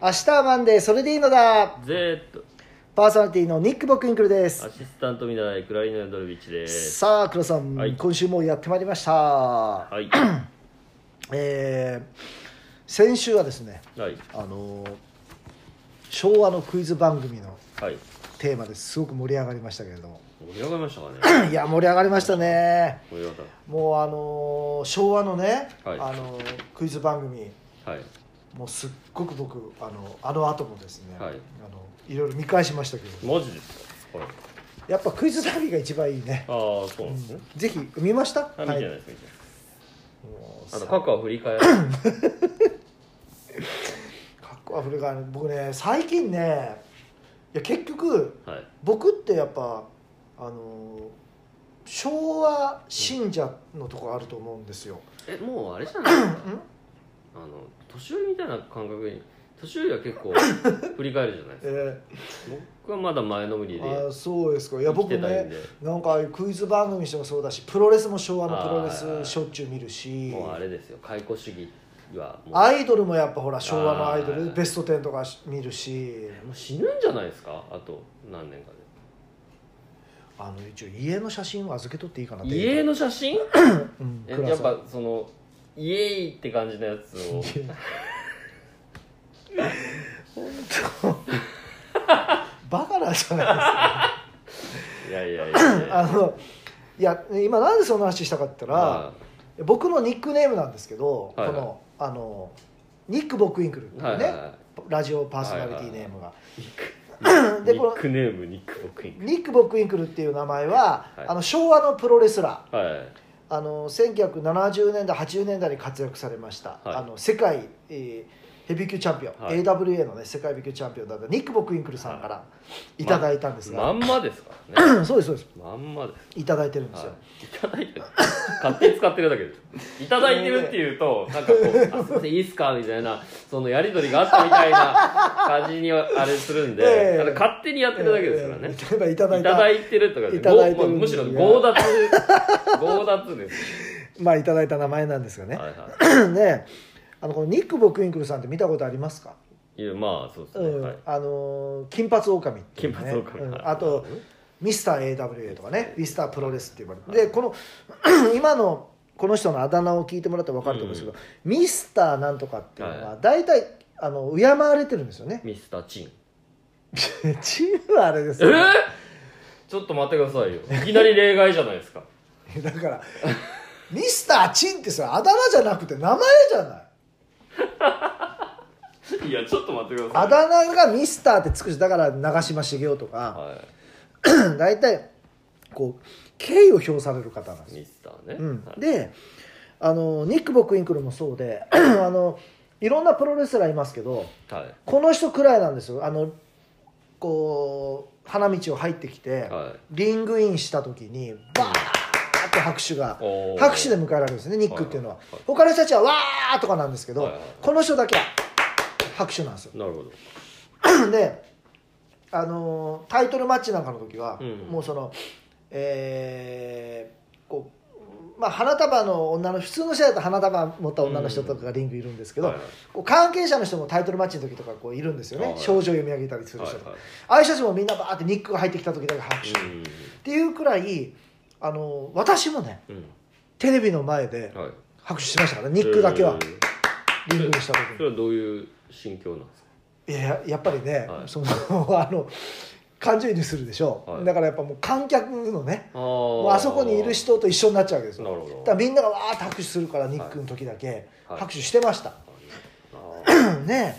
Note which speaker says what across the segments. Speaker 1: 明日はマンデーそれでいいのだ
Speaker 2: Z
Speaker 1: パーソナリティのニック・ボックインクルで
Speaker 2: ア
Speaker 1: す
Speaker 2: シスタント見習いクラリーナ・ドルビッチです
Speaker 1: さあ黒さん、
Speaker 2: はい
Speaker 1: 今週もやってまいりました、
Speaker 2: はい
Speaker 1: えー先週はですね
Speaker 2: はい
Speaker 1: あのー昭和のクイズ番組の
Speaker 2: はい
Speaker 1: テーマですごく盛り上がりましたけれども
Speaker 2: 盛り上がりましたか ね
Speaker 1: いや盛り上がりましたね
Speaker 2: 盛り上がっ
Speaker 1: もうあのー昭和のね、
Speaker 2: はい
Speaker 1: あのークイズ番組
Speaker 2: たはい
Speaker 1: もうすっごく僕あのあの後もですね、
Speaker 2: はい
Speaker 1: あのいろいろ見返しましたけど
Speaker 2: マジですかはい
Speaker 1: やっぱクイズダービーが一番いいね
Speaker 2: ああそうなんですね
Speaker 1: ぜひ見ました
Speaker 2: あ見てないです見てない
Speaker 1: もう
Speaker 2: あ
Speaker 1: さ
Speaker 2: の過去を振 り返る
Speaker 1: かっこは古いから僕ね最近ねいや結局
Speaker 2: はい
Speaker 1: 僕ってやっぱあの昭和信者のとこあると思うんですよ、
Speaker 2: えもうあれじゃないですか
Speaker 1: うん
Speaker 2: あの年寄りみたいな感覚に年寄りは 結構振り返るじゃないで
Speaker 1: え
Speaker 2: すか
Speaker 1: ー
Speaker 2: 僕はまだ前のめりで
Speaker 1: あーそうですかいや
Speaker 2: 生き
Speaker 1: 僕
Speaker 2: てないん
Speaker 1: ね
Speaker 2: で
Speaker 1: なんかクイズ番組にしてもそうだしプロレスも昭和のプロレ
Speaker 2: あー
Speaker 1: スしょっちゅう見るし
Speaker 2: もうあれですよ解雇主義はもう
Speaker 1: アイドルもやっぱほら昭和のアイド
Speaker 2: あ
Speaker 1: ル
Speaker 2: ー
Speaker 1: ベスト10とか見るし
Speaker 2: もう死ぬんじゃないですかあと何年か
Speaker 1: あの一応家の写真を預け取っていいかなっ
Speaker 2: で
Speaker 1: て
Speaker 2: 家の写真
Speaker 1: うん
Speaker 2: え
Speaker 1: 倉
Speaker 2: やっ
Speaker 1: さん
Speaker 2: ぱそのイエーイって感じのやつを
Speaker 1: バカなんじゃない
Speaker 2: いやいやい
Speaker 1: で
Speaker 2: やい
Speaker 1: す
Speaker 2: や
Speaker 1: かあのいや今なんでその話したかって言ったら
Speaker 2: は
Speaker 1: 僕のニックネームなんですけど、
Speaker 2: はいはい
Speaker 1: このあのニック・ボックインクルってい
Speaker 2: いう
Speaker 1: ね、
Speaker 2: はいは
Speaker 1: ラジオパーソナリティネームが、
Speaker 2: い
Speaker 1: で
Speaker 2: ニ
Speaker 1: こ
Speaker 2: ックネームニック・ボックイン
Speaker 1: のニック・ボックインクルっていう名前は、
Speaker 2: はい
Speaker 1: あの昭和のプロレスラー
Speaker 2: はいはい
Speaker 1: あの1970年代80年代に活躍されました、
Speaker 2: はい
Speaker 1: あの世界、えーヘビー級チャンピオン、
Speaker 2: はい
Speaker 1: AWA の、ね、世界ヘビー級チャンピオンだったニック・ボックインクルさんからいただいたんですが、
Speaker 2: まんまですか らね
Speaker 1: そうですそうです
Speaker 2: まんまです
Speaker 1: いただいてるんですよ、
Speaker 2: はい、いただいてる勝手に使ってるだけですいただいてるっていうとなんかこう「あすいませんいいっすか?」みたいなそのやり取りがあったみたいな感じにはあれするんで、
Speaker 1: ええ
Speaker 2: ただ勝手にやってるだけですからね、
Speaker 1: えーいただい
Speaker 2: い
Speaker 1: た
Speaker 2: ただいてるとか
Speaker 1: いただいてる
Speaker 2: ごまあむしろ強奪 強奪です
Speaker 1: まあいただいた名前なんですがね、
Speaker 2: ね、はいは
Speaker 1: ねあのこのニック・ボックインクルさんって見たことありますか、
Speaker 2: いいやまあそうです
Speaker 1: う
Speaker 2: ね、
Speaker 1: ん
Speaker 2: はい、
Speaker 1: あのー金髪狼っていう、
Speaker 2: 金
Speaker 1: ね、
Speaker 2: 髪狼
Speaker 1: うんあとミスター AWA とかねミスタープロレスって呼ばれて、
Speaker 2: はい
Speaker 1: でこの 今のこの人のあだ名を聞いてもらったら分かると思うんですけど、ミスターなんとかっていうの
Speaker 2: は
Speaker 1: は大体、あの敬われてるんですよ ね
Speaker 2: ミスターチン
Speaker 1: チームはあれです
Speaker 2: え
Speaker 1: よ
Speaker 2: ー、ちょっと待ってくださいよいきなり例外じゃないですか
Speaker 1: だからミスターチンってそれあだ名じゃなくて名前じゃない
Speaker 2: いやちょっと待ってください
Speaker 1: あだ名がミスターってつくしだから長嶋茂雄とか
Speaker 2: はい
Speaker 1: 大体こう敬意を表される方なんですよ
Speaker 2: ミスターね、
Speaker 1: うん
Speaker 2: はい、
Speaker 1: であのニック・ボックインクルもそうで あのいろんなプロレスラーいますけど
Speaker 2: はい
Speaker 1: この人くらいなんですよあのこう花道を入ってきて、
Speaker 2: は
Speaker 1: リングインした時にバーッと拍手が
Speaker 2: おー
Speaker 1: 拍手で迎えられるんですねニックっていうのは、
Speaker 2: はいはいはい
Speaker 1: 他の人たちは「わー!」とかなんですけど、
Speaker 2: はいはいはい
Speaker 1: この人だけは拍手なん ですよ
Speaker 2: いなるほど
Speaker 1: で、あのータイトルマッチなんかの時は、
Speaker 2: うん
Speaker 1: もうそのえーこうまあ花束の女の普通の試合だと花束持った女の人とかがリングいるんですけど、
Speaker 2: はいはい
Speaker 1: こう関係者の人もタイトルマッチの時とかこういるんですよね、
Speaker 2: はいはい
Speaker 1: 症状読み上げたりする
Speaker 2: は
Speaker 1: 人
Speaker 2: い
Speaker 1: と
Speaker 2: は
Speaker 1: か、
Speaker 2: い
Speaker 1: ああいう人たちもみんなバーってニックが入ってきた時だけ拍手、っ
Speaker 2: う
Speaker 1: ていうくらい、あのー私もね
Speaker 2: んうん
Speaker 1: テレビの前で
Speaker 2: はい
Speaker 1: 拍手しましたからニックだけは
Speaker 2: え
Speaker 1: リ
Speaker 2: ー
Speaker 1: ングにした時に
Speaker 2: そ。れはどういう心境なんですか
Speaker 1: いややっぱりね、
Speaker 2: はい
Speaker 1: その あの感情移入するでしょ、
Speaker 2: はい
Speaker 1: だからやっぱもう観客のね
Speaker 2: あ
Speaker 1: もう
Speaker 2: ー
Speaker 1: あそこにいる人と一緒になっちゃうわけです
Speaker 2: な
Speaker 1: よ
Speaker 2: るほど
Speaker 1: だからみんながわーって拍手するからニックの時だけ
Speaker 2: はい
Speaker 1: 拍手してました、
Speaker 2: あ
Speaker 1: ね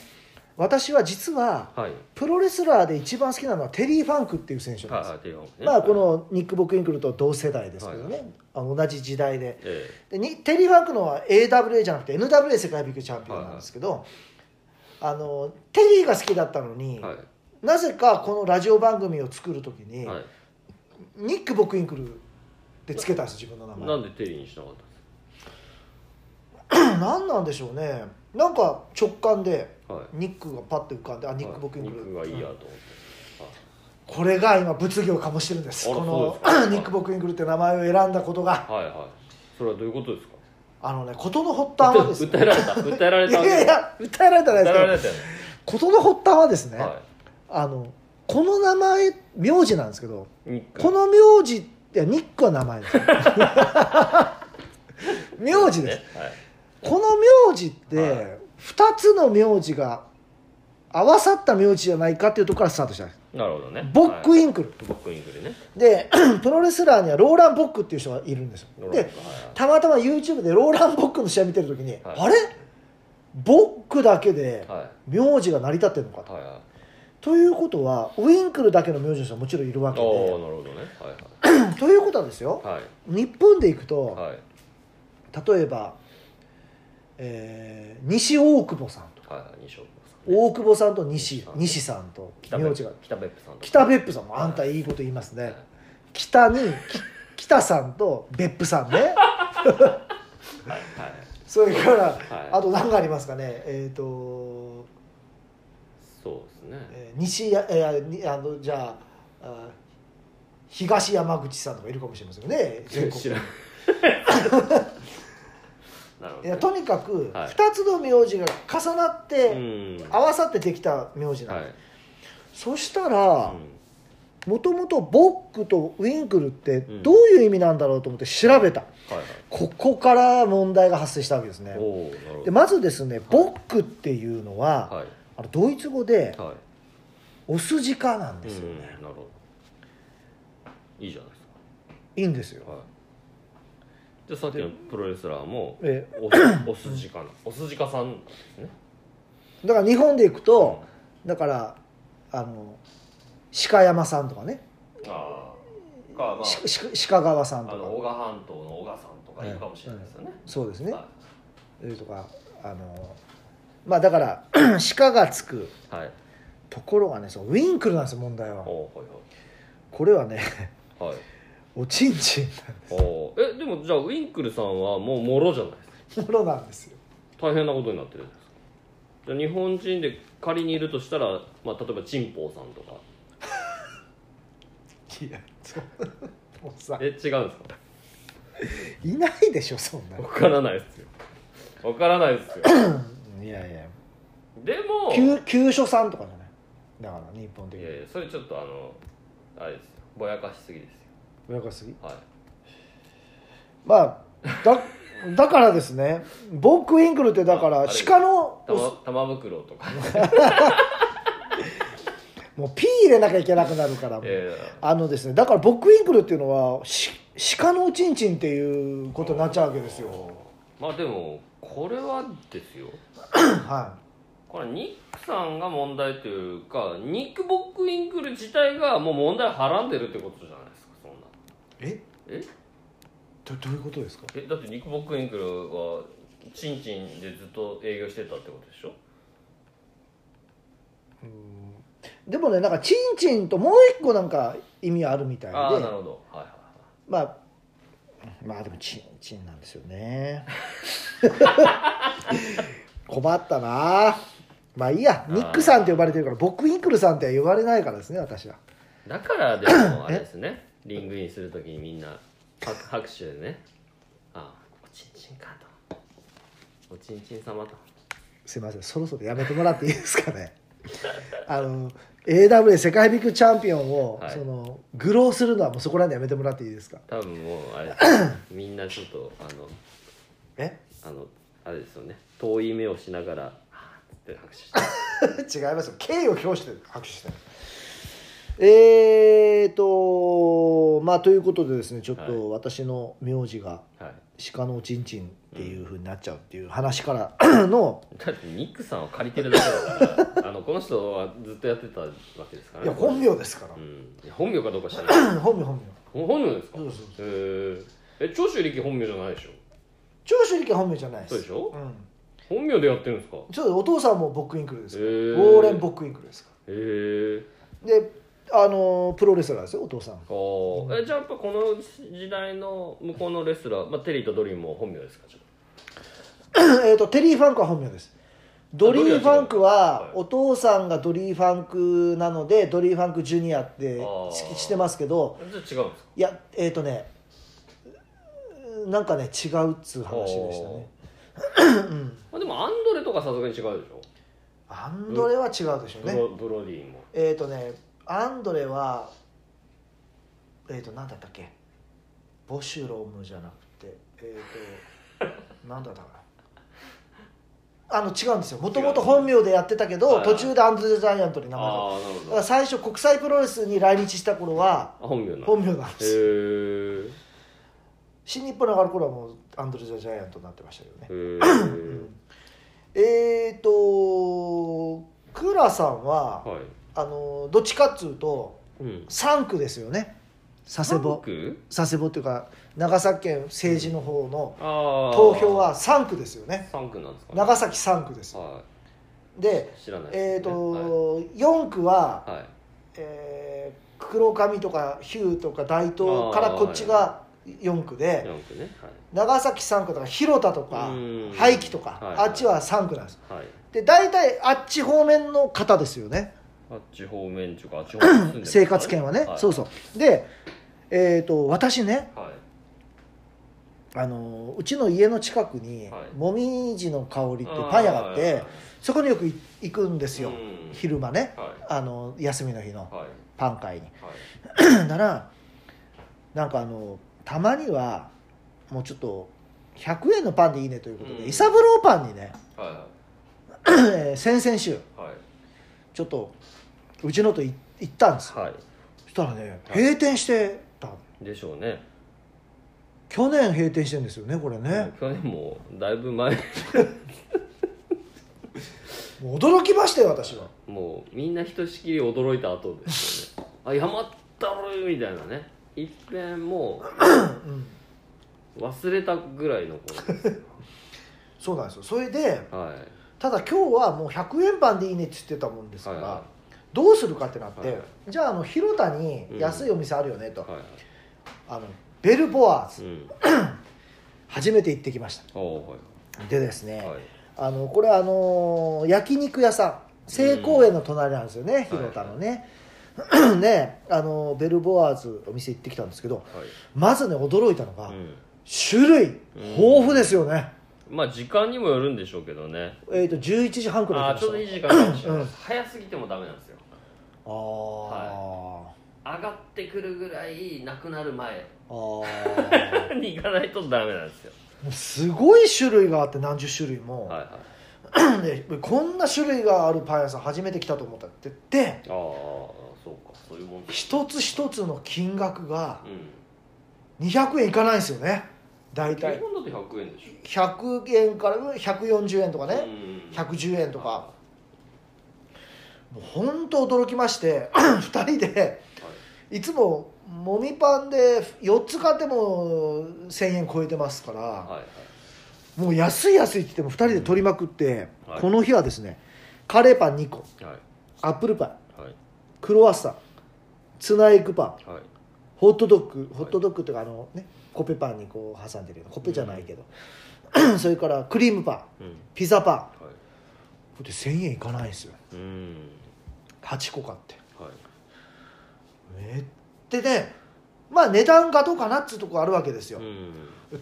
Speaker 1: 私は実は
Speaker 2: ーはい
Speaker 1: プロレスラーで一番好きなのはテリー・ファンクっていう選手なん
Speaker 2: はい
Speaker 1: です、
Speaker 2: はいっていうのね
Speaker 1: まあこのニック・ボクインクルと同世代ですけどね、
Speaker 2: はい
Speaker 1: あの同じ時代で
Speaker 2: え
Speaker 1: でにテリー・ファンクのは AWA じゃなくて NWA 世界ビッグチャンピオンなんですけど、あのテリーが好きだったの
Speaker 2: え
Speaker 1: に、
Speaker 2: はい
Speaker 1: なぜかこのラジオ番組を作るときに、
Speaker 2: はい
Speaker 1: ニック・ボクインクルってつけたんです自分の名前
Speaker 2: な
Speaker 1: なん
Speaker 2: でテリーにしなかったんです
Speaker 1: ん なんでしょうねなんか直感で
Speaker 2: かはい
Speaker 1: ニックがパッて浮かんであニック・ボクインク
Speaker 2: はい
Speaker 1: ル、
Speaker 2: 肉がいいやと思って
Speaker 1: これが今物議を醸してるんです
Speaker 2: あら
Speaker 1: こ
Speaker 2: そう
Speaker 1: の
Speaker 2: ですか
Speaker 1: ニック・ボクインクルって名前を選んだことが
Speaker 2: はいはいはいそれはどういうことですか
Speaker 1: あのね事の発端はです
Speaker 2: 訴えられた訴えられ
Speaker 1: い
Speaker 2: た
Speaker 1: やいや訴えられたら
Speaker 2: 訴え
Speaker 1: ない
Speaker 2: られ
Speaker 1: です
Speaker 2: たよね
Speaker 1: け事の発端はですね、
Speaker 2: は
Speaker 1: あのこの名前名字なんですけど
Speaker 2: い日課
Speaker 1: この名字ってニックは名前 ですよ名字です
Speaker 2: ねはい
Speaker 1: この名字って、
Speaker 2: は
Speaker 1: 2つの名字が合わさった名字じゃないかっていうところからスタートしたんです
Speaker 2: なるほどね
Speaker 1: ボック・
Speaker 2: はい
Speaker 1: インクル、
Speaker 2: ボックイングでね
Speaker 1: で プロレスラーにはローラン・ボックっていう人がいるんですよ
Speaker 2: ローラン
Speaker 1: で
Speaker 2: ボックはい
Speaker 1: たまたま YouTube でローラン・ボックの試合見てる時に、
Speaker 2: はい
Speaker 1: あれボックだけで
Speaker 2: はい
Speaker 1: 名字が成り立ってるのかと、
Speaker 2: はいはい
Speaker 1: ということはウインクルだけの名字の人はもちろんいるわけ
Speaker 2: おお
Speaker 1: で
Speaker 2: なるほどねはい
Speaker 1: ということはですよ、
Speaker 2: はい
Speaker 1: 日本でいくと、
Speaker 2: はいはい
Speaker 1: 例えば、えー西大久保さんと
Speaker 2: はい西尾さんね
Speaker 1: 大久保さんと西
Speaker 2: はい
Speaker 1: 西さんと
Speaker 2: 北
Speaker 1: 名字が
Speaker 2: 別北別府さんと
Speaker 1: 北別府さんも
Speaker 2: はい
Speaker 1: あんたいいこと言いますね、
Speaker 2: はい
Speaker 1: 北にき北さんと別府さん ね
Speaker 2: はい
Speaker 1: それから
Speaker 2: はい
Speaker 1: あと何がありますかねえっ、と、
Speaker 2: そうですね
Speaker 1: えー西や、えーにあのじゃああー東山口さんとかいるかもしれませんよね全国
Speaker 2: 知らんなるほど
Speaker 1: い
Speaker 2: ね
Speaker 1: やとにかく
Speaker 2: はい
Speaker 1: 2つの名字が重なって、
Speaker 2: うん
Speaker 1: 合わさってできた名字なんです、
Speaker 2: はい
Speaker 1: そした
Speaker 2: う
Speaker 1: ら
Speaker 2: ん
Speaker 1: もともとボックとウィンクルって
Speaker 2: うん
Speaker 1: どういう意味なんだろうと思って調べた、
Speaker 2: はい
Speaker 1: ここから問題が発生したわけですね
Speaker 2: はいおおなるほど
Speaker 1: でまずですねボックっていうのは、
Speaker 2: はい
Speaker 1: あのドイツ語で
Speaker 2: は
Speaker 1: オスジカなん
Speaker 2: い
Speaker 1: ですよ
Speaker 2: うんな
Speaker 1: ね
Speaker 2: る、ほどいいじゃないです
Speaker 1: いいんですよ
Speaker 2: かはいじゃあさっきのプロレスラー も
Speaker 1: え
Speaker 2: おお筋かなお筋かさんなんですね
Speaker 1: だから日本でいくと、だからあの鹿山さんとかね、
Speaker 2: ああかま
Speaker 1: しし鹿川さん
Speaker 2: ああ
Speaker 1: と
Speaker 2: の
Speaker 1: か
Speaker 2: 小賀半島の小賀さんとかいるかもしれないですよね
Speaker 1: そうですね、
Speaker 2: は
Speaker 1: えーとかあのまあだから 鹿がつく
Speaker 2: いはい
Speaker 1: ところがねそうウィンクルなんですよ問題は
Speaker 2: おおはい
Speaker 1: これはね
Speaker 2: はいはい
Speaker 1: おちんちん
Speaker 2: おおえでもじゃあウィンクルさんはもうもろじゃないですか
Speaker 1: のものなんですよ
Speaker 2: 大変なことになってるんですかじゃあ日本人で仮にいるとしたら、まあ、例えばチンポウさんとか
Speaker 1: いやそうもうさ
Speaker 2: え違うんですか
Speaker 1: いないでしょそんな
Speaker 2: わからないですよわからないですよ
Speaker 1: いやいや
Speaker 2: でもい
Speaker 1: 急急所さんとかじゃないだから日本的
Speaker 2: や
Speaker 1: に
Speaker 2: いやそれちょっとあのあれですよぼやかしすぎですよ
Speaker 1: 親がすぎ
Speaker 2: はい
Speaker 1: まあだだからですねボックインクルってだか
Speaker 2: ああ
Speaker 1: ら
Speaker 2: れ
Speaker 1: 鹿の
Speaker 2: 玉玉袋 とか
Speaker 1: もうピー入れなきゃいけなくなるから
Speaker 2: いやいや
Speaker 1: あのですねだからボックインクルっていうのはし鹿のおちんちんっていうことになっちゃうわけですよ
Speaker 2: まあでもこれはですよ
Speaker 1: は
Speaker 2: これはニックさんが問題というかニックボックインクル自体がもう問題をはらんでるってことじゃないですかそんない
Speaker 1: え
Speaker 2: え
Speaker 1: どどういうことですか
Speaker 2: えだってニックボックインクルはチンチンでずっと営業してたってことでしょ
Speaker 1: でもねなんかちんちんともう一個なんか意味あるみたいで
Speaker 2: ああなるほどはいはい
Speaker 1: まあまあでもちんちんなんですよ ね困ったなまあいいやニックさんって呼ばれてるから僕インクルさんって呼ばれないからですね私は
Speaker 2: だからでもあれですねリングインするときにみんな拍拍手でねあおちんちんかとおちんちん様と
Speaker 1: すいませんそろそろやめてもらっていいですか ねあの AW 世界ビッグチャンピオンを、
Speaker 2: はい
Speaker 1: その愚弄するのはもうそこらでやめてもらっていいですか
Speaker 2: 多分もうあれですみんなちょっとあの
Speaker 1: え
Speaker 2: あのあれですよね遠い目をしながらあーって拍手して
Speaker 1: 違いますよ敬意を表して拍手してるえーとまあということでですねちょっ
Speaker 2: はい
Speaker 1: と私の名字が
Speaker 2: はい
Speaker 1: 鹿のおちんちんっていうふうになっちゃうっていう話からの、
Speaker 2: だってニックさんは借りてるだけだからあのこの人はずっとやってたわけですから
Speaker 1: いや本名ですか
Speaker 2: うんいや本名かどうか知らない
Speaker 1: ら本名本名
Speaker 2: ほ本名ですか
Speaker 1: そうそうそ
Speaker 2: へーえ長州力本名じゃないでしょ
Speaker 1: 長州力は本名じゃないです
Speaker 2: そうでしょ
Speaker 1: うん
Speaker 2: 本名でやってるんですか
Speaker 1: ちょっとお父さんもボックインクルですから、
Speaker 2: へ
Speaker 1: ウ
Speaker 2: ー
Speaker 1: ォーレン・ボックインクルですか
Speaker 2: へえ
Speaker 1: らであのープロレスラーですよお父さん
Speaker 2: あーえじゃあやっぱこの時代の向こうのレスラー、まあ、テリーとドリームも本名ですかじゃ
Speaker 1: えーとテリー・ファンクは本名ですドリー・ファンク
Speaker 2: は
Speaker 1: はいお父さんがドリー・ファンクなのでドリー・ファンクジュニアって
Speaker 2: あー
Speaker 1: ししてますけど
Speaker 2: あじゃあ違うんですか
Speaker 1: いやえっ、とねうなんかね違うっつう話でしたね
Speaker 2: あーまあでもアンドレとかさすがに違うでしょ
Speaker 1: アンドレは違うでしょう
Speaker 2: ブ
Speaker 1: ね、
Speaker 2: ロブロディも
Speaker 1: えっ、ー、とねアンドレはえっ、ー、と何だったっけボシュロムじゃなくてえっ、ー、と何だったかなあの違うんですよもともと本名でやってたけ
Speaker 2: はい
Speaker 1: ど
Speaker 2: はい
Speaker 1: 途中でアンドレ・ジャイアントに名前が
Speaker 2: ああなる
Speaker 1: だ
Speaker 2: ほ
Speaker 1: か
Speaker 2: ど
Speaker 1: ら
Speaker 2: あ
Speaker 1: 最初国際プロレスに来日した頃は
Speaker 2: 本名なの
Speaker 1: 本名なんで
Speaker 2: へ
Speaker 1: すよ
Speaker 2: ー
Speaker 1: 新日本に上がる頃はもうアンドレ・ジャイアントになってましたけどね
Speaker 2: へー
Speaker 1: えっ、ー、とクーラさんは、
Speaker 2: はい
Speaker 1: あのどっちかっつうと
Speaker 2: うん
Speaker 1: 3区ですよね佐世
Speaker 2: 韓
Speaker 1: 保
Speaker 2: 国
Speaker 1: 佐世保っていうか長崎県政治の方の
Speaker 2: ああ
Speaker 1: 投票は3区ですよね
Speaker 2: 三区なんですか
Speaker 1: 長崎3区です
Speaker 2: は
Speaker 1: で
Speaker 2: い知らない
Speaker 1: えっ、
Speaker 2: ですね
Speaker 1: と、四4区は、
Speaker 2: はいはい
Speaker 1: えー黒髪とかヒューとか大東からこっちが4区で
Speaker 2: 四区ねはい
Speaker 1: 長崎3区とか広田とか
Speaker 2: うん
Speaker 1: 廃棄とか、
Speaker 2: はい
Speaker 1: あっちは3区なんです
Speaker 2: はい
Speaker 1: で大体あっち方面の方ですよね
Speaker 2: あっち方面というかあっち方面住んでます
Speaker 1: 生活圏はね、そう
Speaker 2: う
Speaker 1: そうでえっ、と私ね
Speaker 2: はい
Speaker 1: あのうちの家の近くに、
Speaker 2: はい
Speaker 1: もみじの香りっていうパン屋があってそこによくい行くんですよ、
Speaker 2: うん
Speaker 1: 昼間ね
Speaker 2: はい
Speaker 1: あの休みの日の
Speaker 2: はい
Speaker 1: パン会に
Speaker 2: はい
Speaker 1: ならなんかあのたまにはもうちょっと100円のパンでいいねということ
Speaker 2: う
Speaker 1: で
Speaker 2: ん
Speaker 1: 伊三郎パンにね
Speaker 2: はいは
Speaker 1: えー先々週
Speaker 2: いはい
Speaker 1: ちょっとうちのとい行ったんですよ
Speaker 2: は
Speaker 1: そしたらね
Speaker 2: はい
Speaker 1: 閉店してた
Speaker 2: いでしょうね
Speaker 1: 去年閉店してんですよねこれね、
Speaker 2: 去年もだいぶ前
Speaker 1: もう驚きましたよ私は
Speaker 2: もうみんなひとしきり驚いた後ですよねあやまったるみたいなねいっぺんも
Speaker 1: うん
Speaker 2: う忘れたぐらいの頃です
Speaker 1: そうなんですよそれで
Speaker 2: はい
Speaker 1: ただ今日はもう100円パンでいいねって言ってたもんですから、
Speaker 2: は
Speaker 1: どうするかってなって、
Speaker 2: はい
Speaker 1: じゃああの広田に安いお店あるよねと、
Speaker 2: いはいは
Speaker 1: あのベルボアー
Speaker 2: い
Speaker 1: ズ
Speaker 2: うん
Speaker 1: 初めて行ってきまし
Speaker 2: おーはい
Speaker 1: たでですね、
Speaker 2: はい
Speaker 1: あのこれあのー焼肉屋さん成公園の隣なんですよね、
Speaker 2: うん
Speaker 1: 広田のね、 ねあのベルボアーズお店行ってきたんですけどまずね驚いたのが、
Speaker 2: はい、うん、
Speaker 1: 種類
Speaker 2: うん
Speaker 1: 豊富ですよね、
Speaker 2: まあ時間にもよるんでしょうけどね
Speaker 1: えっ、と11時半くら
Speaker 2: あ
Speaker 1: い
Speaker 2: ー
Speaker 1: 来
Speaker 2: ちょう
Speaker 1: ま
Speaker 2: どいい
Speaker 1: し
Speaker 2: 時間かもしれない、
Speaker 1: うん
Speaker 2: 早すぎてもダメなんですよ
Speaker 1: たああ、
Speaker 2: 上がってくるぐらいなくなる前
Speaker 1: あー
Speaker 2: に行かないとダメなんですよ
Speaker 1: もうすごい種類があって何十種類も、
Speaker 2: はいはい
Speaker 1: でこんな種類があるパン屋さん初めて来たと思ったって言って
Speaker 2: ああそうかそういうもんです
Speaker 1: 一つ一つの金額が
Speaker 2: うん
Speaker 1: 200円いかないんですよね大
Speaker 2: 日本だ
Speaker 1: 体
Speaker 2: と100円でし
Speaker 1: 100円から140円とか
Speaker 2: ょ
Speaker 1: ね
Speaker 2: うん
Speaker 1: 110円とかもう本当驚きまして 2人で
Speaker 2: はい
Speaker 1: つももみパンで4つ買っても1000円超えてますから、
Speaker 2: いはいはい
Speaker 1: もう安い安いって言っても2人で取りまくって、
Speaker 2: うんはい
Speaker 1: この日はですねカレーパン2個
Speaker 2: はい
Speaker 1: アップルパン
Speaker 2: はい
Speaker 1: クロワッサンツナエッグパン
Speaker 2: はい
Speaker 1: ホットドッグホットドッグっていうかあのねコッペパンにこう挟んでるようなコッペじゃないけど、 それからクリームパン
Speaker 2: うん
Speaker 1: ピザパンこ
Speaker 2: はい
Speaker 1: れで1000円いかないんですよ
Speaker 2: うん
Speaker 1: 8個買って
Speaker 2: はい
Speaker 1: めってねまあ値段がどうかなっつうとこあるわけですよ、
Speaker 2: うん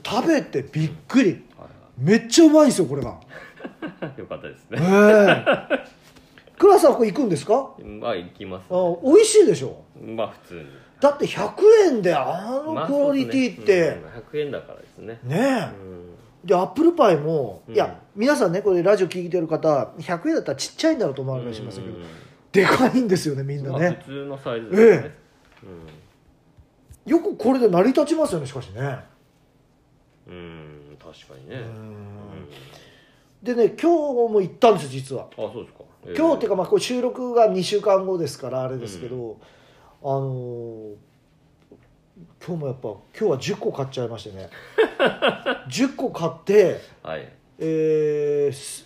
Speaker 1: 食べてびっくり
Speaker 2: はい
Speaker 1: めっちゃうまいんですよこれが
Speaker 2: はいよかったです
Speaker 1: ええ
Speaker 2: ね
Speaker 1: クラさんこれ行くんですか
Speaker 2: まあ行きます
Speaker 1: あ美味しいでしょ
Speaker 2: まあ普通に
Speaker 1: だって100円であの
Speaker 2: まあ
Speaker 1: クオリティって
Speaker 2: そうですねうん100円だからですね
Speaker 1: ねえ、
Speaker 2: うん
Speaker 1: でアップルパイも、
Speaker 2: うん
Speaker 1: いや皆さんねこれラジオ聞いてる方100円だったらちっちゃいんだろうと思われるかもしれませんけど、
Speaker 2: うん
Speaker 1: でかいんですよねみんな
Speaker 2: まあ
Speaker 1: ね
Speaker 2: 普通のサイズですね
Speaker 1: よくこれで成り立ちますよねしかしね
Speaker 2: うんうん確かにね
Speaker 1: う
Speaker 2: うん
Speaker 1: んでね今日も行ったんです実は
Speaker 2: あそうですかえー
Speaker 1: 今日っていうかまあこれ収録が2週間後ですからあれですけど、あのー今日もやっぱ今日は10個買っちゃいまして ね10個買って
Speaker 2: はい
Speaker 1: えーす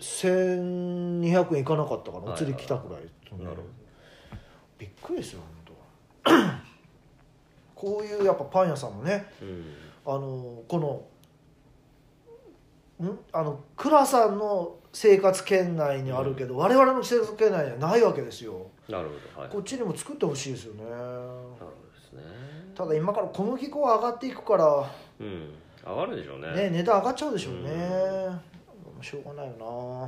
Speaker 1: 1200円いかなかったかなお釣り来たくらい、
Speaker 2: なるほど
Speaker 1: びっくりですよ本当 こういうやっぱパン屋さんもね
Speaker 2: うん
Speaker 1: あのこのんあの倉さんの生活圏内にあるけど、我々の生活圏内にはないわけですよ
Speaker 2: なるほどはいなる
Speaker 1: こっちにも作ってほしいですよね
Speaker 2: ほどですね
Speaker 1: ただ今から小麦粉は上がっていくか
Speaker 2: うん上がるでしょうね
Speaker 1: らね値段上がっちゃうでしょうね
Speaker 2: う
Speaker 1: しょうがないよ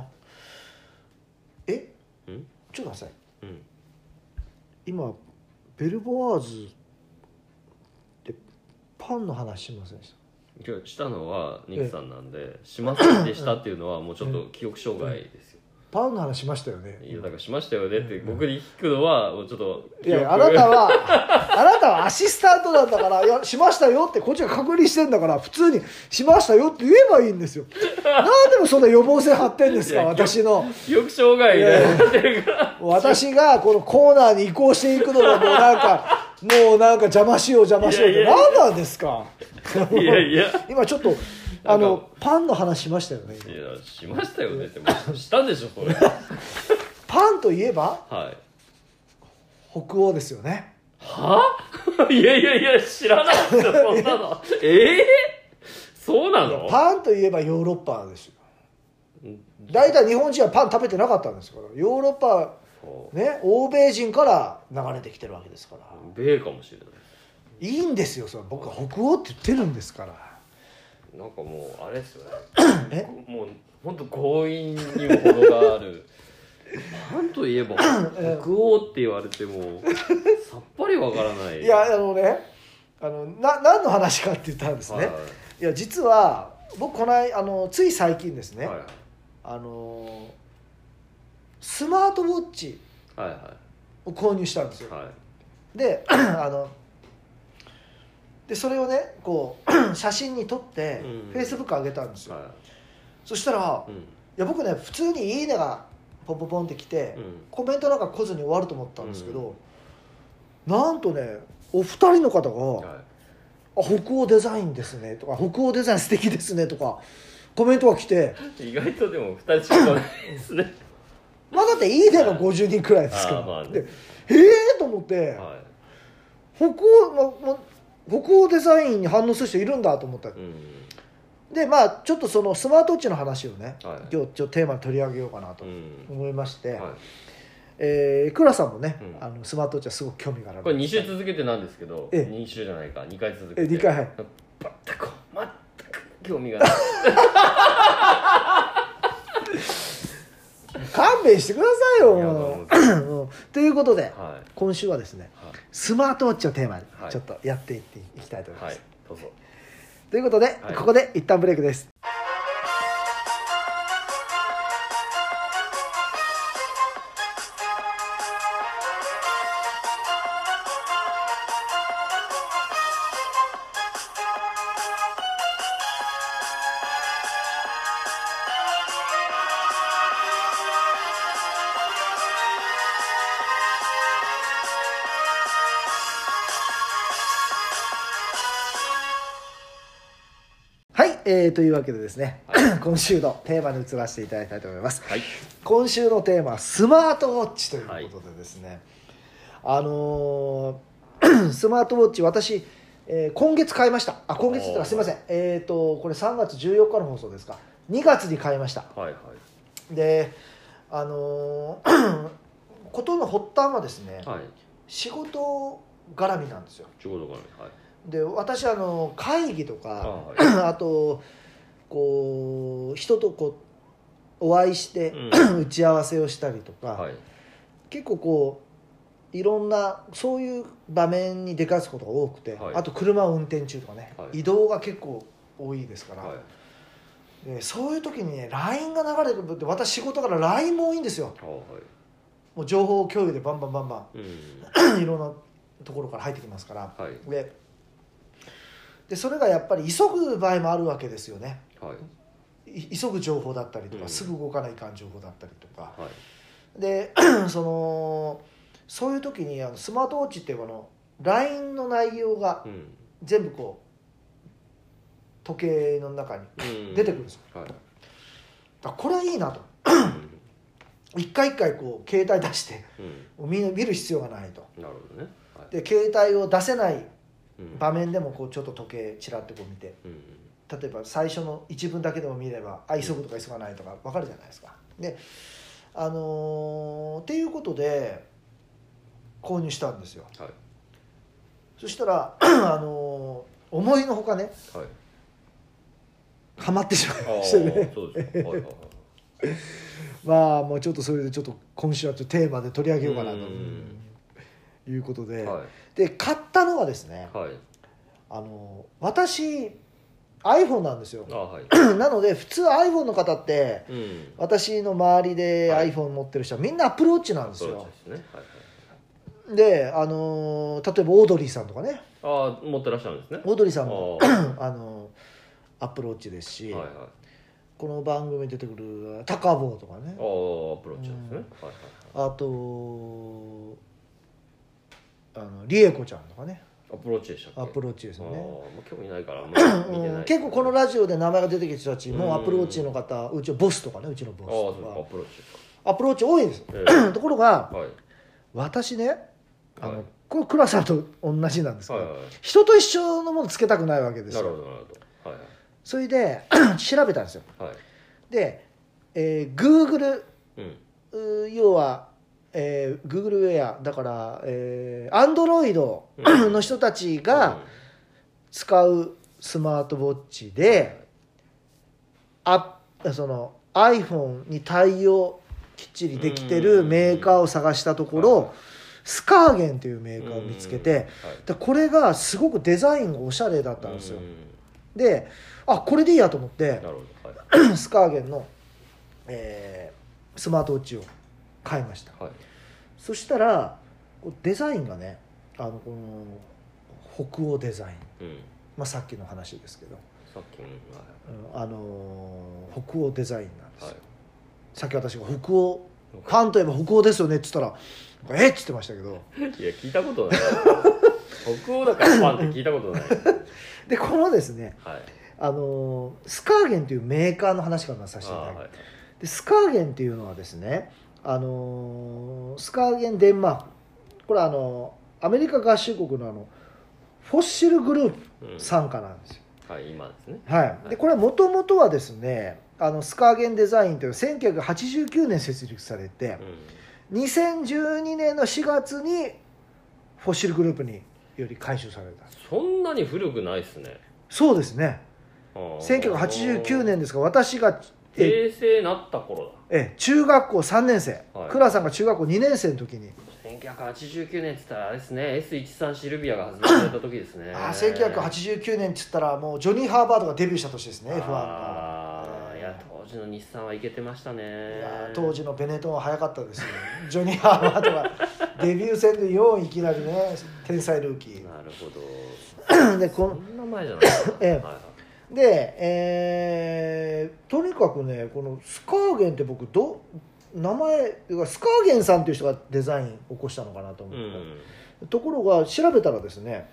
Speaker 1: なえ
Speaker 2: うん
Speaker 1: ちょっと待ってください
Speaker 2: うん
Speaker 1: 今ベルボワーズってパンの話しませんでし
Speaker 2: 今日したのはニクさんなんでしませんでしたっていうのはもうちょっと記憶障害ですよ
Speaker 1: たパンの話しましたよね
Speaker 2: いやだからしましたよねって僕に聞くのはもうちょっと
Speaker 1: い
Speaker 2: 記憶
Speaker 1: やあなたは あなたはアシスタントなんだからいやしましたよってこっちが確認してんだから普通にしましたよって言えばいいんですよなんでもそんな予防線張ってんですか
Speaker 2: いや
Speaker 1: 私の
Speaker 2: 記憶障害で
Speaker 1: 私がこのコーナーに移行していくのがもうなん かもうなんか邪魔しよう邪魔しようっ
Speaker 2: い
Speaker 1: て
Speaker 2: やいやいや
Speaker 1: 何なんですか
Speaker 2: いやいやい
Speaker 1: 今ちょっと
Speaker 2: か
Speaker 1: あのパンの話しましたよね今
Speaker 2: やしましたよねってもうしたでしょそれ
Speaker 1: パンといえば
Speaker 2: はい
Speaker 1: 北欧ですよね
Speaker 2: は いやいやいや知らないですよそんなのええそうなの
Speaker 1: パンといえばヨーロッパですよ大体日本人はパン食べてなかったんですからヨーロッパ
Speaker 2: そ
Speaker 1: ね欧米人から流れてきてるわけですから
Speaker 2: う米かもしれない
Speaker 1: いいんですよそれ僕は北欧って言ってるんですから
Speaker 2: なんかもうあれですよね
Speaker 1: え
Speaker 2: もう本当強引にも程が あるなんといえば北欧って言われてもさっぱりわからない
Speaker 1: いやあのねあのな何の話かって言ったんです
Speaker 2: はい
Speaker 1: ねいや実は僕こないあのつい最近ですね、
Speaker 2: はい
Speaker 1: あのスマートウォッチ
Speaker 2: はい
Speaker 1: を購入したんですよ
Speaker 2: はいはい
Speaker 1: であのでそれをねこう 写真に撮って
Speaker 2: うん
Speaker 1: フェイスブック上げたんですよ、
Speaker 2: は
Speaker 1: そしたら
Speaker 2: いうん
Speaker 1: いや僕ね普通に「いいね」がポンポンポンってきて、
Speaker 2: うん
Speaker 1: コメントなんか来ずに終わると思ったんですけど、なんとねお二人の方が
Speaker 2: は
Speaker 1: 「あ北欧デザインですね」とか「北欧デザイン素敵ですね」とかコメントが来て
Speaker 2: い意外とでも二つしかないです ね
Speaker 1: まあだって「いいね」が50人くらいですから、
Speaker 2: あーまあね
Speaker 1: で「ええ!」と思って、
Speaker 2: は
Speaker 1: 北欧のも北欧デザインに反応する人いるんだと思った
Speaker 2: いうん
Speaker 1: でまあちょっとそのスマートウォッチの話をね、
Speaker 2: はい
Speaker 1: 今日ちょっとテーマに取り上げようかなと
Speaker 2: うん
Speaker 1: 思いまして、
Speaker 2: は
Speaker 1: えー、倉さんもね、
Speaker 2: うん
Speaker 1: あのスマートウォッチはすごく興味がある
Speaker 2: いこれ二週続けてなんですけど
Speaker 1: ええ
Speaker 2: 二週じゃないか二回続けて
Speaker 1: え二回はい
Speaker 2: 全く全く興味 がない
Speaker 1: 勘弁してください
Speaker 2: いやどう
Speaker 1: よ
Speaker 2: も。
Speaker 1: うんということで
Speaker 2: は
Speaker 1: 今週はですね
Speaker 2: いは
Speaker 1: スマートウォッチをテーマに
Speaker 2: はい
Speaker 1: ちょっとやっていっていきたいと
Speaker 2: い
Speaker 1: 思いま
Speaker 2: は
Speaker 1: す、
Speaker 2: いどうぞ
Speaker 1: ということで、
Speaker 2: はい
Speaker 1: ここで一旦ブレイクですはい、えー、というわけでですね、
Speaker 2: は
Speaker 1: 今週のテーマに移らせていただきたいと思います
Speaker 2: はい
Speaker 1: 今週のテーマはスマートウォッチということでですね、あのー スマートウォッチ私、えー今月買いましたあ今月っていう
Speaker 2: お
Speaker 1: か
Speaker 2: ー
Speaker 1: すいませんえっ、とこれ3月14日の放送ですか2月に買いました
Speaker 2: はいは
Speaker 1: であのー ことの発端はですね、
Speaker 2: いはい
Speaker 1: 仕事絡みなんですよ
Speaker 2: ちょうどかねはい
Speaker 1: で私あの会議とか
Speaker 2: はい
Speaker 1: あとこう人とこうお会いして、
Speaker 2: う
Speaker 1: 打ち合わせをしたりとか、
Speaker 2: はい
Speaker 1: 結構こういろんなそういう場面に出かすことが多くて、
Speaker 2: はい
Speaker 1: あと車を運転中とかね、
Speaker 2: はい
Speaker 1: 移動が結構多いですから、
Speaker 2: はい
Speaker 1: でそういう時にね LINE が流れてくるって私仕事から LINE も多いんですよ
Speaker 2: あは
Speaker 1: もう情報共有でバンバンバンバ
Speaker 2: いうん
Speaker 1: ン いろんなところから入ってきますから
Speaker 2: はい
Speaker 1: ででそれがやっぱり急ぐ場合もあるわけですよね
Speaker 2: はい
Speaker 1: い急ぐ情報だったりとか、
Speaker 2: うん
Speaker 1: すぐ動かないかん情報だったりとか
Speaker 2: はい
Speaker 1: で そのそういう時にあのスマートウォッチってこの LINE の内容が
Speaker 2: うん
Speaker 1: 全部こう時計の中に
Speaker 2: うん
Speaker 1: 出てくるんですよ、
Speaker 2: はい
Speaker 1: だからこれはいいなと
Speaker 2: うん
Speaker 1: 一回一回こう携帯出して
Speaker 2: うん
Speaker 1: 見見る必要がないと
Speaker 2: なるほどねはい
Speaker 1: で携帯を出せない
Speaker 2: うん
Speaker 1: 場面でもこうちょっと時計ちらっとこう見て
Speaker 2: うん
Speaker 1: 例えば最初の一文だけでも見ればあ急ぐとか急がないとか分かるじゃないですかであのーっていうことで購入したんですよ
Speaker 2: はい
Speaker 1: そしたら あのー思いのほかね
Speaker 2: はい
Speaker 1: ハマってしまい
Speaker 2: あ
Speaker 1: ま
Speaker 2: あ
Speaker 1: してね
Speaker 2: そうですかはいはいはい
Speaker 1: まあもうちょっとそれでちょっと今週はちょっとテーマで取り上げようかなと
Speaker 2: うん
Speaker 1: いうことで、
Speaker 2: は
Speaker 1: で買ったのはですね
Speaker 2: いはい
Speaker 1: あの私 iPhone なんですよ
Speaker 2: あはい
Speaker 1: なので普通 iPhone の方って
Speaker 2: うん
Speaker 1: 私の周りで
Speaker 2: はい
Speaker 1: iPhone 持ってる人はみんなアップルウォッチなんです
Speaker 2: そう
Speaker 1: よ
Speaker 2: ですねはいはい
Speaker 1: であのー例えばオードリーさんとかね
Speaker 2: ああ持ってらっしゃるんですね
Speaker 1: オードリー
Speaker 2: あ
Speaker 1: さ
Speaker 2: あ
Speaker 1: んも
Speaker 2: は
Speaker 1: あのアップルウォッチですし、
Speaker 2: いはいああ
Speaker 1: この番組に出てくるタカボーとかね
Speaker 2: アプローチなんですね
Speaker 1: うん
Speaker 2: はいはい
Speaker 1: あとあのリエコちゃんとかね
Speaker 2: はいアプローチでしたっけ
Speaker 1: アップルウォッチです
Speaker 2: あ
Speaker 1: よ
Speaker 2: あ
Speaker 1: ね、
Speaker 2: まあ興味ないからあんまり見て
Speaker 1: う、
Speaker 2: なんい
Speaker 1: 結構このラジオで名前が出てきた人たち
Speaker 2: うん
Speaker 1: もアップルウォッチの方うちのボスとかねうちの
Speaker 2: あ
Speaker 1: ボ
Speaker 2: あ
Speaker 1: ス
Speaker 2: そう
Speaker 1: と
Speaker 2: か
Speaker 1: か
Speaker 2: アプローチですか
Speaker 1: アップルウォッチ多いんです
Speaker 2: ええ
Speaker 1: ところが
Speaker 2: はい
Speaker 1: 私ねあの、
Speaker 2: はい
Speaker 1: これ倉さんと同じなんですけど、
Speaker 2: はいはい
Speaker 1: 人と一緒のものつけたくないわけです
Speaker 2: なるほ
Speaker 1: よ
Speaker 2: どなるほどはい
Speaker 1: それで 調べたんですよ
Speaker 2: はいはい
Speaker 1: で、えー、Google
Speaker 2: うん
Speaker 1: うー要は、えー、Google ウェアだから、えー、Android
Speaker 2: う ん
Speaker 1: の人たちが使うスマートウォッチで、あその iPhone に対応きっちりできてるメーカーを探したとこ
Speaker 2: うん
Speaker 1: ろスカーゲンというメ
Speaker 2: う
Speaker 1: ー
Speaker 2: ん
Speaker 1: カーを見つけて
Speaker 2: うんはい
Speaker 1: でこれがすごくデザインがおしゃれだったんですよ
Speaker 2: うん
Speaker 1: であこれでいいやと思って
Speaker 2: なるほどはい
Speaker 1: スカーゲンの、えースマートウォッチを買いました
Speaker 2: はい
Speaker 1: そしたらこうデザインがねあのこの北欧デザイン、
Speaker 2: うん
Speaker 1: まあ、さっきの話ですけど、
Speaker 2: さっきの
Speaker 1: うんあのー北欧デザインなんですよ、
Speaker 2: はい
Speaker 1: さっき私が北欧フ
Speaker 2: は
Speaker 1: ァンといえば北欧ですよねって言ったら「えっ?」っつってましたけど
Speaker 2: いいや聞いたことない北欧だからファンって聞いたことない
Speaker 1: でこのですね、
Speaker 2: はい
Speaker 1: あのースカーゲンというメーカーの話からまずさせていただきます、
Speaker 2: はい
Speaker 1: でスカーゲンっていうのはですね、あのースカーゲンデンマークこれはあのーアメリカ合衆国のあのフォッシルグループ
Speaker 2: うん
Speaker 1: 傘下なんですよ、
Speaker 2: はい今ですね
Speaker 1: はい、でこれはもともとはですねあのスカーゲンデザインという1989年設立されて
Speaker 2: う
Speaker 1: 2012年の4月にフォッシルグループにより回収された
Speaker 2: んそんなに古くないですね
Speaker 1: そうですね
Speaker 2: あー
Speaker 1: 1989年ですから私がえ
Speaker 2: 平成なった頃
Speaker 1: え中学校3年生
Speaker 2: はい
Speaker 1: 倉さんが中学校2年生の時に
Speaker 2: だ1989年っつったらあれですね S13 シルビアが発売された時ですね
Speaker 1: あ1989年っつったらもうジョニー・ハーバードがデビューした年ですね F1 が
Speaker 2: あーいや当時の日産はいけてました
Speaker 1: い
Speaker 2: ね
Speaker 1: やー当時のベネトンは早かったですよジョニー・ハーバードがデビュー戦で4位いきなりね天才ルーキ
Speaker 2: なるほど
Speaker 1: ー で
Speaker 2: そ
Speaker 1: こ
Speaker 2: んな前じゃないかな
Speaker 1: ええ
Speaker 2: はいはい
Speaker 1: んでえーとにかくねこのスカーゲンって僕ど名前がスカーゲンさんっていう人がデザイン起こしたのかなと思
Speaker 2: う
Speaker 1: って、
Speaker 2: ん
Speaker 1: ところが調べたらですね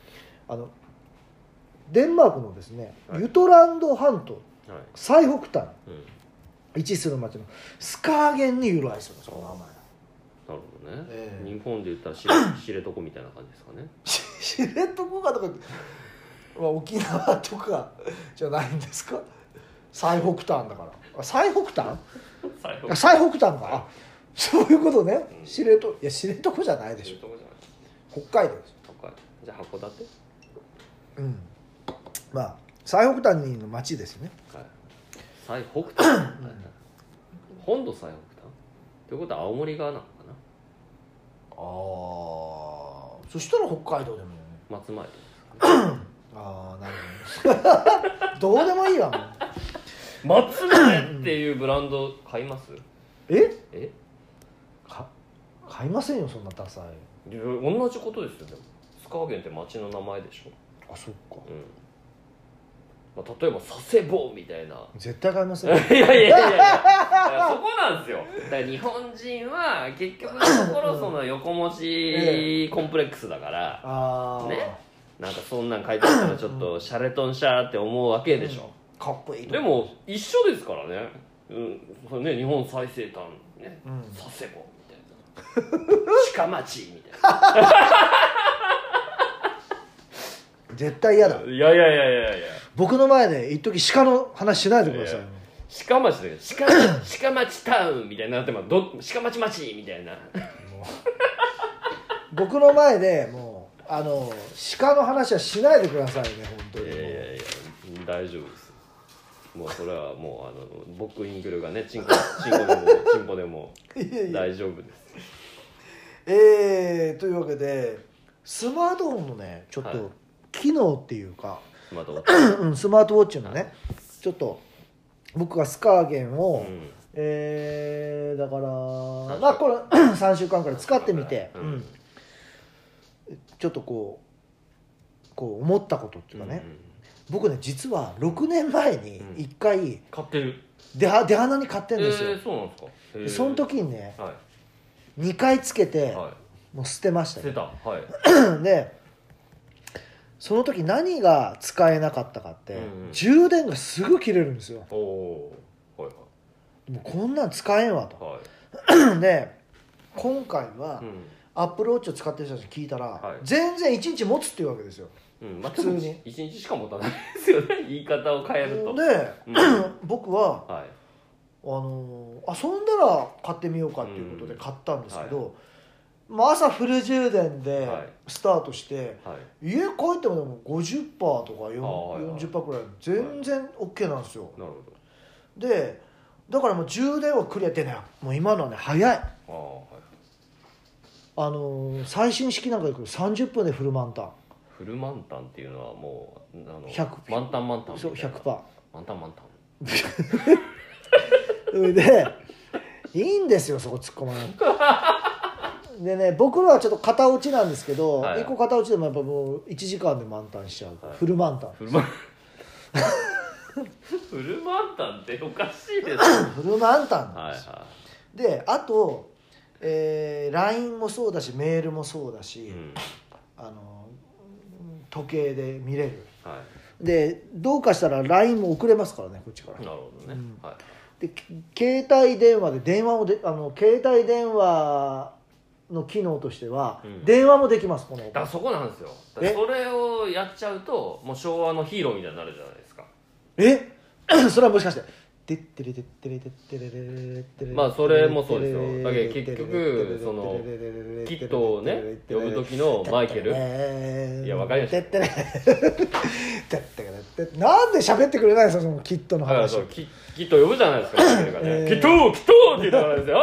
Speaker 1: あのデンマークのですね、
Speaker 2: はい
Speaker 1: ユトランド半島
Speaker 2: はい
Speaker 1: 最北端
Speaker 2: うんなる
Speaker 1: 位置する町のスカーゲンに由来するんですこの名前
Speaker 2: ほどね、
Speaker 1: ええ
Speaker 2: 日本で言ったら知れ知れとこみたいな感じですかね
Speaker 1: 知床がとか、まあ、沖縄とかじゃないんですか最北端だからあ最北端
Speaker 2: 最
Speaker 1: あ最北端かあそういうことね
Speaker 2: うん
Speaker 1: 知床いや知床じゃないでしょ
Speaker 2: とこじゃない
Speaker 1: 北海道です
Speaker 2: 高いじゃあ函館
Speaker 1: うんまあ最北端の町ですね
Speaker 2: はい最北端、はいはい本土最北端ということは青森側なのかな
Speaker 1: ああそしたら北海道でも
Speaker 2: 松前とか
Speaker 1: ああなるほど どうでもいいやん
Speaker 2: 松前っていうブランド買います
Speaker 1: え
Speaker 2: え
Speaker 1: か買いませんよそんなダサい
Speaker 2: いや同じことですよでもスカーゲンって町の名前でしょ、
Speaker 1: あそっか
Speaker 2: うんまあ、例えば佐世保みたいな
Speaker 1: 絶対買いませ
Speaker 2: い
Speaker 1: んよ
Speaker 2: やいやいやいやいやそこなんですよだから日本人は結局のところその横文字コンプレックスだから、
Speaker 1: ああ、
Speaker 2: ねなんかそんなん書いてあったらちょっとシャレトンシャーって思うわけでしょ、
Speaker 1: かっこいい
Speaker 2: で、も一緒ですからね,、うん、それね日本最西端ね
Speaker 1: うん、
Speaker 2: 佐世保み たいな鹿町みたい
Speaker 1: 絶対嫌だ
Speaker 2: ないやいやいやいやいや
Speaker 1: 僕の前で一時鹿の話しないでください
Speaker 2: いや鹿町だよ鹿 町鹿町タウンみたいになってますど鹿町町みたいな
Speaker 1: もう僕の前でもうあの鹿の話はしないでくださいね本当
Speaker 2: い
Speaker 1: に
Speaker 2: やいやいや大丈夫ですもうそれはもうあの僕インクルがねチンコチンコでもチンポでも
Speaker 1: いやいや
Speaker 2: 大丈夫です
Speaker 1: えー、というわけでスマートフォンのねちょっ
Speaker 2: はい
Speaker 1: と機能っていうか、
Speaker 2: スマートフォン
Speaker 1: うんスマートウォッチのねちょっと僕がスカーゲンを、
Speaker 2: うん
Speaker 1: えーだから
Speaker 2: 週
Speaker 1: まあこれ 3週間くらい使ってみて、
Speaker 2: うん
Speaker 1: うんちょっとこうこう思ったことっていうかね、
Speaker 2: んん
Speaker 1: 僕ね実は6年前に
Speaker 2: うん
Speaker 1: 1回
Speaker 2: 買ってる
Speaker 1: 出は出鼻に買って
Speaker 2: え
Speaker 1: るんですよ、
Speaker 2: ーそうなんですかへー
Speaker 1: その時にね
Speaker 2: は
Speaker 1: 2回つけ
Speaker 2: い
Speaker 1: て
Speaker 2: は
Speaker 1: もう捨てまし
Speaker 2: い
Speaker 1: た
Speaker 2: 捨て
Speaker 1: ね、
Speaker 2: たは い
Speaker 1: でその時何が使えなかったかって、
Speaker 2: うんうん
Speaker 1: 充電がすぐ切れるんですよ
Speaker 2: おおーはい
Speaker 1: もうこんなん使えん わと
Speaker 2: はいはい
Speaker 1: で今回は、
Speaker 2: うん
Speaker 1: アップルウォッチを使ってる人たちに聞いたら、
Speaker 2: はい
Speaker 1: 全然1日持つっていうわけですよ
Speaker 2: うんまあ、
Speaker 1: 普通に
Speaker 2: 一日しか持たないですよね 言い方を変え
Speaker 1: で
Speaker 2: ると、うん、
Speaker 1: 僕は
Speaker 2: はい
Speaker 1: あのー遊んだら買ってみようかっていうことで
Speaker 2: うん
Speaker 1: 買ったんですけど、まあ、朝フル充電で
Speaker 2: はい
Speaker 1: スタートして、
Speaker 2: はい
Speaker 1: 家帰ってもでも50%とか4
Speaker 2: はいはい
Speaker 1: 40%くらい全然 OK なんですよ、
Speaker 2: なる
Speaker 1: でだからもう充電はクリアってねもう今のはね早い
Speaker 2: ほどああはい
Speaker 1: あのー最新式なんか行くと30分でフル満タン
Speaker 2: フル満タンっていうのはもうあの
Speaker 1: 100
Speaker 2: 満タン満タンみた
Speaker 1: そ
Speaker 2: いうな
Speaker 1: 100%
Speaker 2: 満タン満タン
Speaker 1: それでいいんですよそこ突っ込まないでね僕らはちょっと片落ちなんですけど、
Speaker 2: はい
Speaker 1: 一個片落ちでもやっぱもう1時間で満タンしちゃうから、
Speaker 2: はい
Speaker 1: フル満タン
Speaker 2: フルマン フルマンタンっておかしいです
Speaker 1: フル満タンなん
Speaker 2: は
Speaker 1: で
Speaker 2: い
Speaker 1: すよ、
Speaker 2: は
Speaker 1: であと、えー LINE もそうだしメールもそうだし、
Speaker 2: い、うん
Speaker 1: あのうん時計で見れる
Speaker 2: は
Speaker 1: でどうかしたら LINE も送れますからねこっちから
Speaker 2: い、なるほどね、
Speaker 1: うん
Speaker 2: はい
Speaker 1: でけ携帯電話で電話をであの携帯電話の機能としては、
Speaker 2: うん
Speaker 1: 電話もできますこの
Speaker 2: だからそこなんですよだか
Speaker 1: え
Speaker 2: らそれをやっちゃうともう昭和のヒーローみたいになるじゃないですか
Speaker 1: えそれはもしかしててってれてってれてってれれれれってれ
Speaker 2: まあそれもそうですよだけど結局そのキットをね呼ぶ時のマイケルいやわかりました
Speaker 1: てってれてってれてってなんで喋ってくれないんですかそのキットの
Speaker 2: だから
Speaker 1: 話
Speaker 2: そうききっと呼ぶじゃない ですか、ね
Speaker 1: えー
Speaker 2: きっときっとって言ったからですよ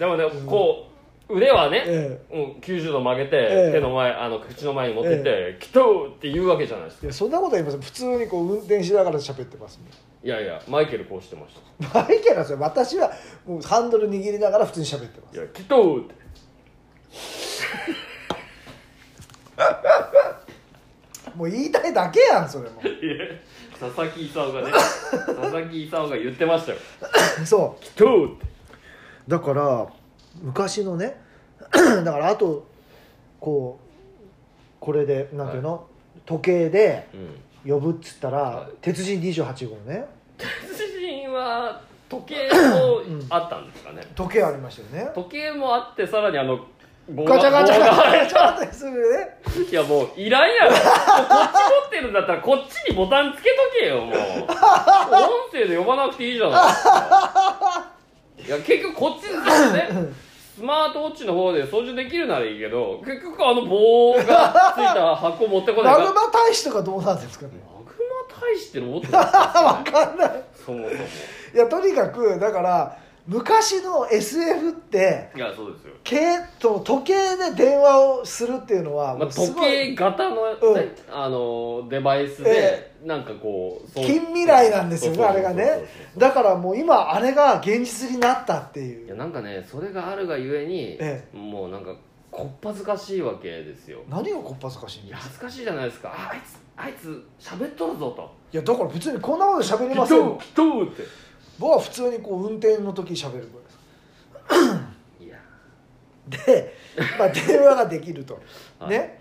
Speaker 2: でもねこう腕はね、
Speaker 1: え
Speaker 2: もう90度曲げて、
Speaker 1: ええ
Speaker 2: 手の前あの口の前に持ってって、きっとって言うわけじゃないです
Speaker 1: い
Speaker 2: か
Speaker 1: やそんなことは言いません普通にこう運転しながら喋ってますも
Speaker 2: いやいやマイケルこうしてまし
Speaker 1: んマイケルはそれ私はもうハンドル握りながら普通に喋ってま
Speaker 2: た
Speaker 1: す
Speaker 2: いやきっとって
Speaker 1: もう言いたいだけやんそれも
Speaker 2: いや佐々木勲 がね佐々木勲が言ってましたよ
Speaker 1: そう
Speaker 2: きっとって
Speaker 1: だから昔のね だからあとこうこれでなんていうの、時計で
Speaker 2: うん
Speaker 1: 呼ぶっつったら、
Speaker 2: はい
Speaker 1: 鉄人28号ね
Speaker 2: 鉄人は時計も
Speaker 1: ん
Speaker 2: あったんですかね、
Speaker 1: 時計ありましたよね
Speaker 2: 時計もあってさらにあの棒が
Speaker 1: ガチャガチャ
Speaker 2: 棒
Speaker 1: ガチ
Speaker 2: が
Speaker 1: ャガチャガチャするね
Speaker 2: いやもういらんやろこっち持ってるんだったらこっちにボタンつけとけよもう音声で呼ばなくていいじゃないですかいや結局こっちですよねスマートウォッチの方で操縦できるならいいけど結局あの棒がついた箱持ってこない
Speaker 1: マ
Speaker 2: から
Speaker 1: グマ大使とかどうなんですかね
Speaker 2: マグマ大使ってロボットだったんですかね
Speaker 1: わかんない
Speaker 2: そもそも
Speaker 1: いやとにかくだから昔の SF って
Speaker 2: いやそうですよ、
Speaker 1: けその時計で電話をするっていうのは、
Speaker 2: まあ、
Speaker 1: もうす
Speaker 2: 時
Speaker 1: ごい
Speaker 2: 計型の、ね
Speaker 1: うん
Speaker 2: あのデバイスでなんかこうそう
Speaker 1: 近未来なんですよね
Speaker 2: そう
Speaker 1: あ
Speaker 2: そ
Speaker 1: れ
Speaker 2: うそう
Speaker 1: が
Speaker 2: そう
Speaker 1: ねだからもう今あれが現実になったっていう
Speaker 2: いやなんかねそれがあるがゆえに、
Speaker 1: え
Speaker 2: もうなんかこっぱずかしいわけですよ
Speaker 1: 何がこっぱずかしいん
Speaker 2: い
Speaker 1: で
Speaker 2: や
Speaker 1: すか
Speaker 2: 恥ずかしいじゃないですかああいつあいつ喋っとるぞと
Speaker 1: いやだから別にこんなこと喋
Speaker 2: 「
Speaker 1: り
Speaker 2: き
Speaker 1: ま
Speaker 2: っ
Speaker 1: せん
Speaker 2: と
Speaker 1: よ
Speaker 2: きっと」って
Speaker 1: 僕は普通にこう運転の時喋るぐらいです
Speaker 2: いや
Speaker 1: で、まあ、電話ができると、
Speaker 2: はい
Speaker 1: ね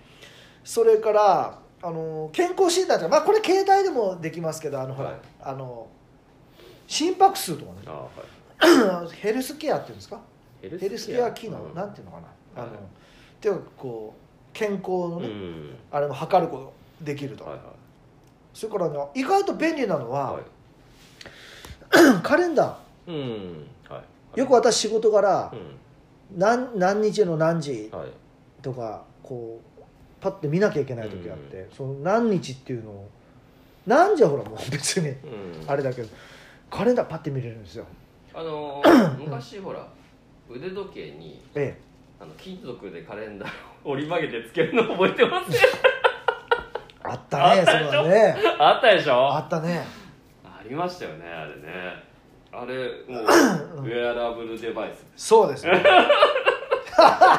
Speaker 1: それからあの健康診断とか、まあ、これ携帯でもできますけどあのほら、
Speaker 2: はい
Speaker 1: あの心拍数と
Speaker 2: あ
Speaker 1: か
Speaker 2: あは
Speaker 1: ね ヘルスケアっていうんですか
Speaker 2: いヘ
Speaker 1: ヘルスケア機能、
Speaker 2: うん
Speaker 1: なんていうのかなあの、
Speaker 2: はい
Speaker 1: っていうかこう健康の
Speaker 2: う
Speaker 1: ね、
Speaker 2: ん
Speaker 1: あれも測ることできると、
Speaker 2: はい
Speaker 1: それから、ね、意外と便利なのは、
Speaker 2: はいは
Speaker 1: カレンダ
Speaker 2: いうんはい
Speaker 1: ーよく私仕事から
Speaker 2: うん
Speaker 1: 何何日の何時
Speaker 2: はい
Speaker 1: とかこうパッて見なきゃいけない時があって、その何日っていうのをなんじゃほらもう別に
Speaker 2: うん
Speaker 1: あれだけどカレンダーパッて見れるんですよ
Speaker 2: あのー昔ほら腕時計に
Speaker 1: え
Speaker 2: あの金属でカレンダーを折り曲げてつけるの覚えてますね
Speaker 1: えあったねそれはね
Speaker 2: あったでしょ
Speaker 1: あったね
Speaker 2: ありましたよねあれねあれもうウェアラブルデバイス
Speaker 1: そうですね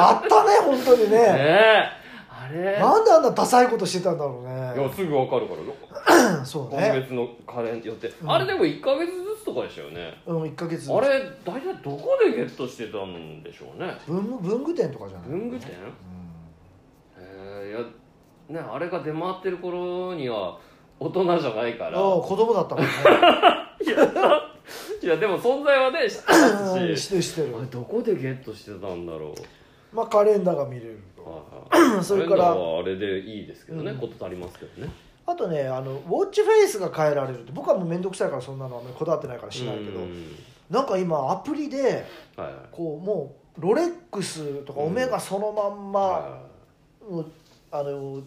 Speaker 1: あったね本当にね
Speaker 2: ねえあれ
Speaker 1: なんであんなダサいことしてたんだろう
Speaker 2: いや
Speaker 1: ね
Speaker 2: すぐ分かるからよ
Speaker 1: うんそう
Speaker 2: 今
Speaker 1: ね
Speaker 2: 月のカレン予定、
Speaker 1: うん
Speaker 2: あれでも1か月ずつとかでしたよね
Speaker 1: うん1ヶ月
Speaker 2: あれ大体どこでゲットしてたんでしょうね
Speaker 1: 文文具店とかじゃない
Speaker 2: 文具店えー、いやねあれが出回ってる頃には大人じゃないか
Speaker 1: ああ
Speaker 2: ら
Speaker 1: 子供だったもんね
Speaker 2: いやいやでも存在は ね知って
Speaker 1: うん
Speaker 2: た
Speaker 1: し
Speaker 2: して
Speaker 1: るしてる
Speaker 2: あれどこでゲットしてたんだろ
Speaker 1: まあカレンダーが見れる
Speaker 2: う
Speaker 1: と
Speaker 2: はいはい
Speaker 1: それから
Speaker 2: カレンダーはあれでいいですけどね、
Speaker 1: うん
Speaker 2: こと足りますけどね
Speaker 1: あとねあのウォッチフェイスが変えられるって僕はもう面倒くさいからそんなのあんまりこだわってないからしないけど
Speaker 2: うん
Speaker 1: なんか今アプリで
Speaker 2: はいはい
Speaker 1: こうもうロレックスとか
Speaker 2: うん
Speaker 1: オメガそのまんま、
Speaker 2: は
Speaker 1: もうあの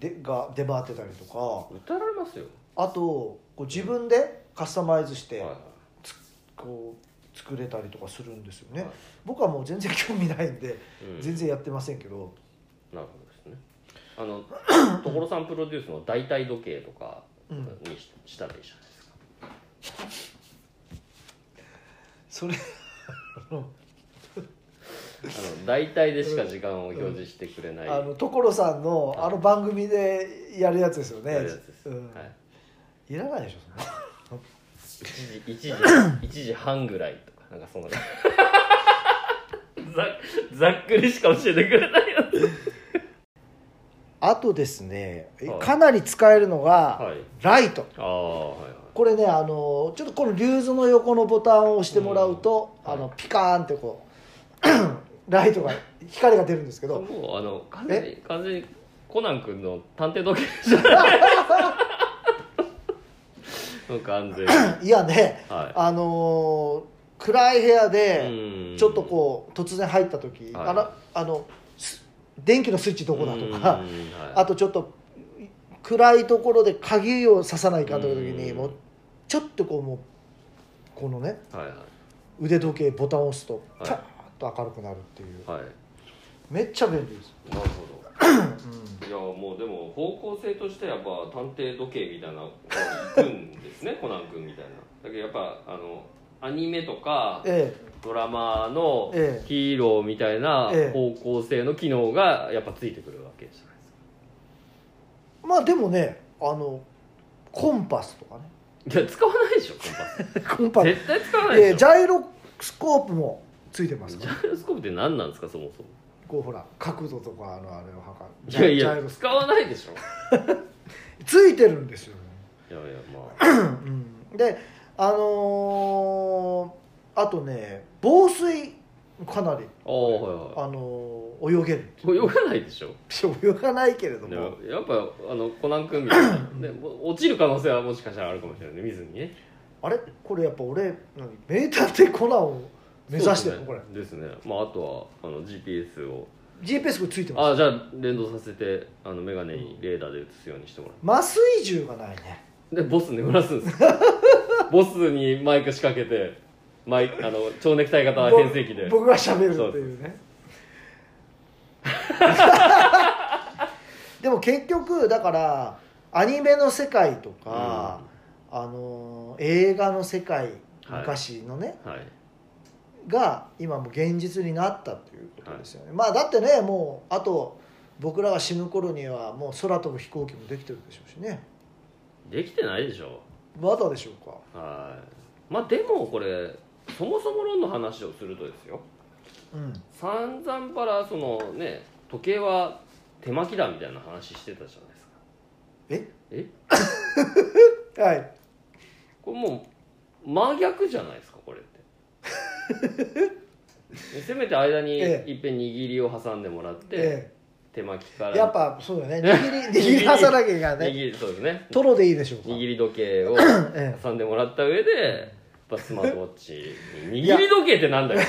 Speaker 1: でが出回ってたりとか
Speaker 2: い歌られますよ
Speaker 1: あとこう自分でカスタマイズして、
Speaker 2: はいはい
Speaker 1: こう作れたりとかするんですよね、
Speaker 2: はい
Speaker 1: 僕はもう全然興味ないんで、
Speaker 2: うん
Speaker 1: 全然やってませんけど
Speaker 2: なるほどですねあの 所さんプロデュースの代替時計とか
Speaker 1: うん
Speaker 2: にし,、たらいいじゃないですか
Speaker 1: それ
Speaker 2: あの代替でしか時間を表示してくれない、
Speaker 1: あの所さんの
Speaker 2: はい
Speaker 1: あの番組でやるやつですよね、
Speaker 2: やるやつです、
Speaker 1: うん
Speaker 2: はい、
Speaker 1: い、らないでしょそんな
Speaker 2: 1時 ,1 時 ,1 時半ぐらいとかなんか そんなざざっくりしか教えてくれないよ
Speaker 1: あとですね、
Speaker 2: はい
Speaker 1: かなり使えるのが、
Speaker 2: はい
Speaker 1: ライト
Speaker 2: ああはいはい
Speaker 1: これねあのちょっとこのリューズの横のボタンを押してもらうと、
Speaker 2: うん
Speaker 1: あのピカーンってこう ライトが光が出るんですけど
Speaker 2: もうあの完全に完全にコナン君の探偵時計じゃないもう完全に
Speaker 1: いやね
Speaker 2: は
Speaker 1: あのー暗い部屋
Speaker 2: い
Speaker 1: で
Speaker 2: うん
Speaker 1: ちょっとこう突然入った時、
Speaker 2: はい
Speaker 1: あらあのす電気のスイッチどこだとか
Speaker 2: うんはい
Speaker 1: あとちょっと暗いところで鍵を刺さないかんという時に
Speaker 2: うん
Speaker 1: もうちょっとこうもうこのね
Speaker 2: はいは
Speaker 1: 腕時計ボタンを押すと
Speaker 2: はい
Speaker 1: パーッと明るくなるっていう、
Speaker 2: いはい
Speaker 1: めっちゃ便利です、
Speaker 2: なるほどいやもうでも方向性としてはやっぱ探偵時計みたいなの行くんです ねコナン君みたいなだけどやっぱあのアニメとか
Speaker 1: え
Speaker 2: ドラマの
Speaker 1: ええ
Speaker 2: ヒーローみたいな
Speaker 1: ええ
Speaker 2: 方向性の機能がやっぱついてくるわけじゃないですか
Speaker 1: えまあでもねあのコンパスとかね
Speaker 2: いや使わないでしょコンパ
Speaker 1: コンパス
Speaker 2: ス絶対使わない
Speaker 1: え
Speaker 2: で
Speaker 1: え
Speaker 2: し
Speaker 1: ジ
Speaker 2: ょ
Speaker 1: ャイロスコープもついてます
Speaker 2: ジ
Speaker 1: から
Speaker 2: ャイロスコープって何なんですかそもそも
Speaker 1: こうほら角度とかあのあれを測る
Speaker 2: い
Speaker 1: ジャ
Speaker 2: や
Speaker 1: イ
Speaker 2: い
Speaker 1: ジャイ
Speaker 2: や
Speaker 1: ロス
Speaker 2: 使わないでしょい
Speaker 1: ついてるんですよ、
Speaker 2: やいやまあ
Speaker 1: うんであのーあとね防水かなり
Speaker 2: ああは
Speaker 1: あのー泳げる
Speaker 2: いはい泳がないでしょ
Speaker 1: 泳がないけれど
Speaker 2: で
Speaker 1: も
Speaker 2: もやっぱあのコナン君みたいな、ね、も落ちる可能性はもしかしたらあるかもしれないね水にね
Speaker 1: あれこれやっぱ俺何名探偵コナンを目指してるの、
Speaker 2: そう
Speaker 1: これ
Speaker 2: ですねですねまああとはあの GPS を
Speaker 1: GPS これついてます
Speaker 2: あじゃあ連動させてあの眼鏡にレーダーで映すようにしてもら
Speaker 1: 麻酔銃がないね
Speaker 2: うでボス眠らす んですよボスにマイク仕掛けてマイあの蝶ネクタイ型
Speaker 1: ぼ
Speaker 2: 変声機で
Speaker 1: 僕が喋るっていうねでも結局だからアニメの世界とか、あのー映画の世界
Speaker 2: はい
Speaker 1: 昔のね、
Speaker 2: はい
Speaker 1: が今もう現実になったということですよね、まあだってねもうあと僕らが死ぬ頃にはもう空飛ぶ飛行機もできてるでしょうしね
Speaker 2: できてないでしょ
Speaker 1: まだでしょうか
Speaker 2: はいまあでもこれそもそも論の話をするとですよ
Speaker 1: うん
Speaker 2: 散々からそのね時計は手巻きだみたいな話してたじゃないですか
Speaker 1: え
Speaker 2: え
Speaker 1: はい
Speaker 2: これもう真逆じゃないですかこれって せめて間に
Speaker 1: え
Speaker 2: いっぺん握りを挟んでもらって、
Speaker 1: え
Speaker 2: 手巻きから
Speaker 1: えやっぱそうだよね握
Speaker 2: 握
Speaker 1: り
Speaker 2: り
Speaker 1: 握らさなきゃいけないね
Speaker 2: 握りそうですね
Speaker 1: トロでいいでしょうか
Speaker 2: 握り時計を
Speaker 1: え
Speaker 2: 挟んでもらった上でやっぱスマートウォッチに握り時計ってなんだよ、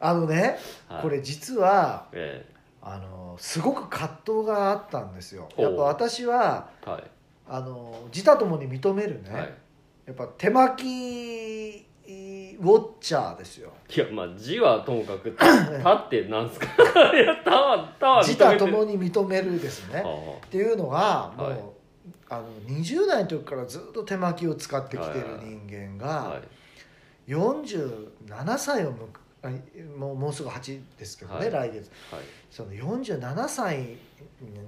Speaker 1: あのね
Speaker 2: はい
Speaker 1: これ実は
Speaker 2: え
Speaker 1: あののすごく葛藤があったんですよ
Speaker 2: ほう
Speaker 1: やっぱ私は
Speaker 2: はい
Speaker 1: あの自他ともに認めるね、
Speaker 2: はい
Speaker 1: やっぱ手巻きウォッチャーですよ
Speaker 2: いやまあ字はともかくたってなんすかいやたはたは
Speaker 1: 自他と
Speaker 2: 認めて
Speaker 1: もに認めるですね
Speaker 2: ああ
Speaker 1: っていうのがもう、
Speaker 2: はい
Speaker 1: あの20代の時からずっと手巻きを使ってきてる人間
Speaker 2: は
Speaker 1: が
Speaker 2: い
Speaker 1: 47歳をむくあもうもうすぐ8ですけどね、
Speaker 2: はい
Speaker 1: 来月
Speaker 2: はい
Speaker 1: その47歳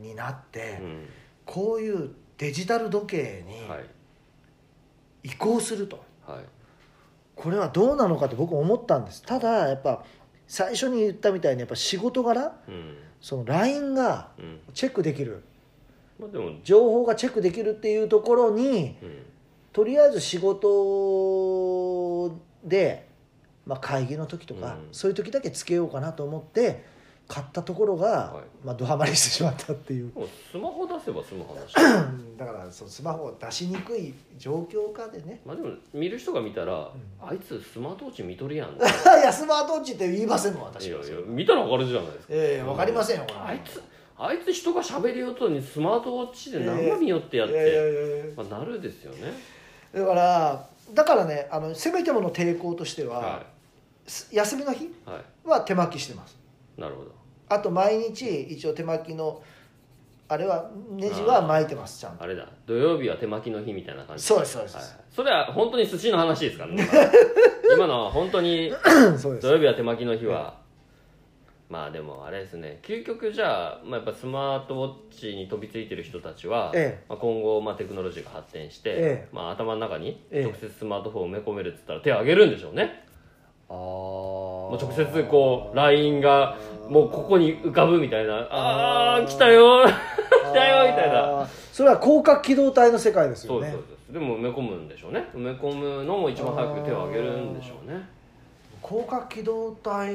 Speaker 1: になって、
Speaker 2: うん
Speaker 1: こういうデジタル時計に
Speaker 2: はい
Speaker 1: 移行すると、
Speaker 2: はい
Speaker 1: これはどうなのかって僕思ったんですただやっぱ最初に言ったみたいにやっぱ仕事柄
Speaker 2: うん
Speaker 1: その LINE が
Speaker 2: うん
Speaker 1: チェックできる
Speaker 2: まあでも
Speaker 1: 情報がチェックできるっていうところに
Speaker 2: うん
Speaker 1: とりあえず仕事で、まあ、会議の時とか、
Speaker 2: うん
Speaker 1: そういう時だけつけようかなと思って買ったところが、
Speaker 2: はい
Speaker 1: まあ、ドハマりしてしまったっていう
Speaker 2: もうスマホ出せば済む話
Speaker 1: だからそのスマホを出しにくい状況下でね
Speaker 2: まあでも見る人が見たら、
Speaker 1: ん
Speaker 2: あいつスマートウォッチ見とるやんい
Speaker 1: いやスマートウォッチって言いませんもん
Speaker 2: や
Speaker 1: 私
Speaker 2: いや
Speaker 1: はそれ
Speaker 2: 見たらわかるじゃないですか
Speaker 1: ええわかりませんよこれ
Speaker 2: あいつあいつ人が喋りよとにスマートウォッチで何が見よってやって、
Speaker 1: いやいやいやい
Speaker 2: まあ、なるですよね
Speaker 1: やだからだからねあのせめてもの抵抗としては、
Speaker 2: は
Speaker 1: す休みの日
Speaker 2: いは
Speaker 1: は手巻きしてます
Speaker 2: いなるほど
Speaker 1: あと毎日一応手巻きのあれはネジは巻いてますちゃんと
Speaker 2: あれだ土曜日は手巻きの日みたいな感じ
Speaker 1: そうですそうです
Speaker 2: はいはい、それは本当に寿司の話ですからね今のは本当 に
Speaker 1: そうで
Speaker 2: 土
Speaker 1: す
Speaker 2: 曜日は手巻きの日はまあでもあれですね究極じゃあ,、まあやっぱスマートウォッチに飛びついてる人たちは、
Speaker 1: え
Speaker 2: まあ、今後、まあ、テクノロジーが発展して、
Speaker 1: ええ
Speaker 2: まあ、頭の中に
Speaker 1: ええ
Speaker 2: 直接スマートフォンを埋め込めるっつったら手を挙げるんでしょうね、
Speaker 1: ああ
Speaker 2: もう直接こう LINE がもうここに浮かぶみたいなあー来たよ来たよみたいな
Speaker 1: それは広角機動隊の世界です
Speaker 2: そ
Speaker 1: よ
Speaker 2: うで
Speaker 1: ね
Speaker 2: すそうですでも埋め込むんでしょうね埋め込むのも一番早く手を挙げるんでしょうね
Speaker 1: 広角機動隊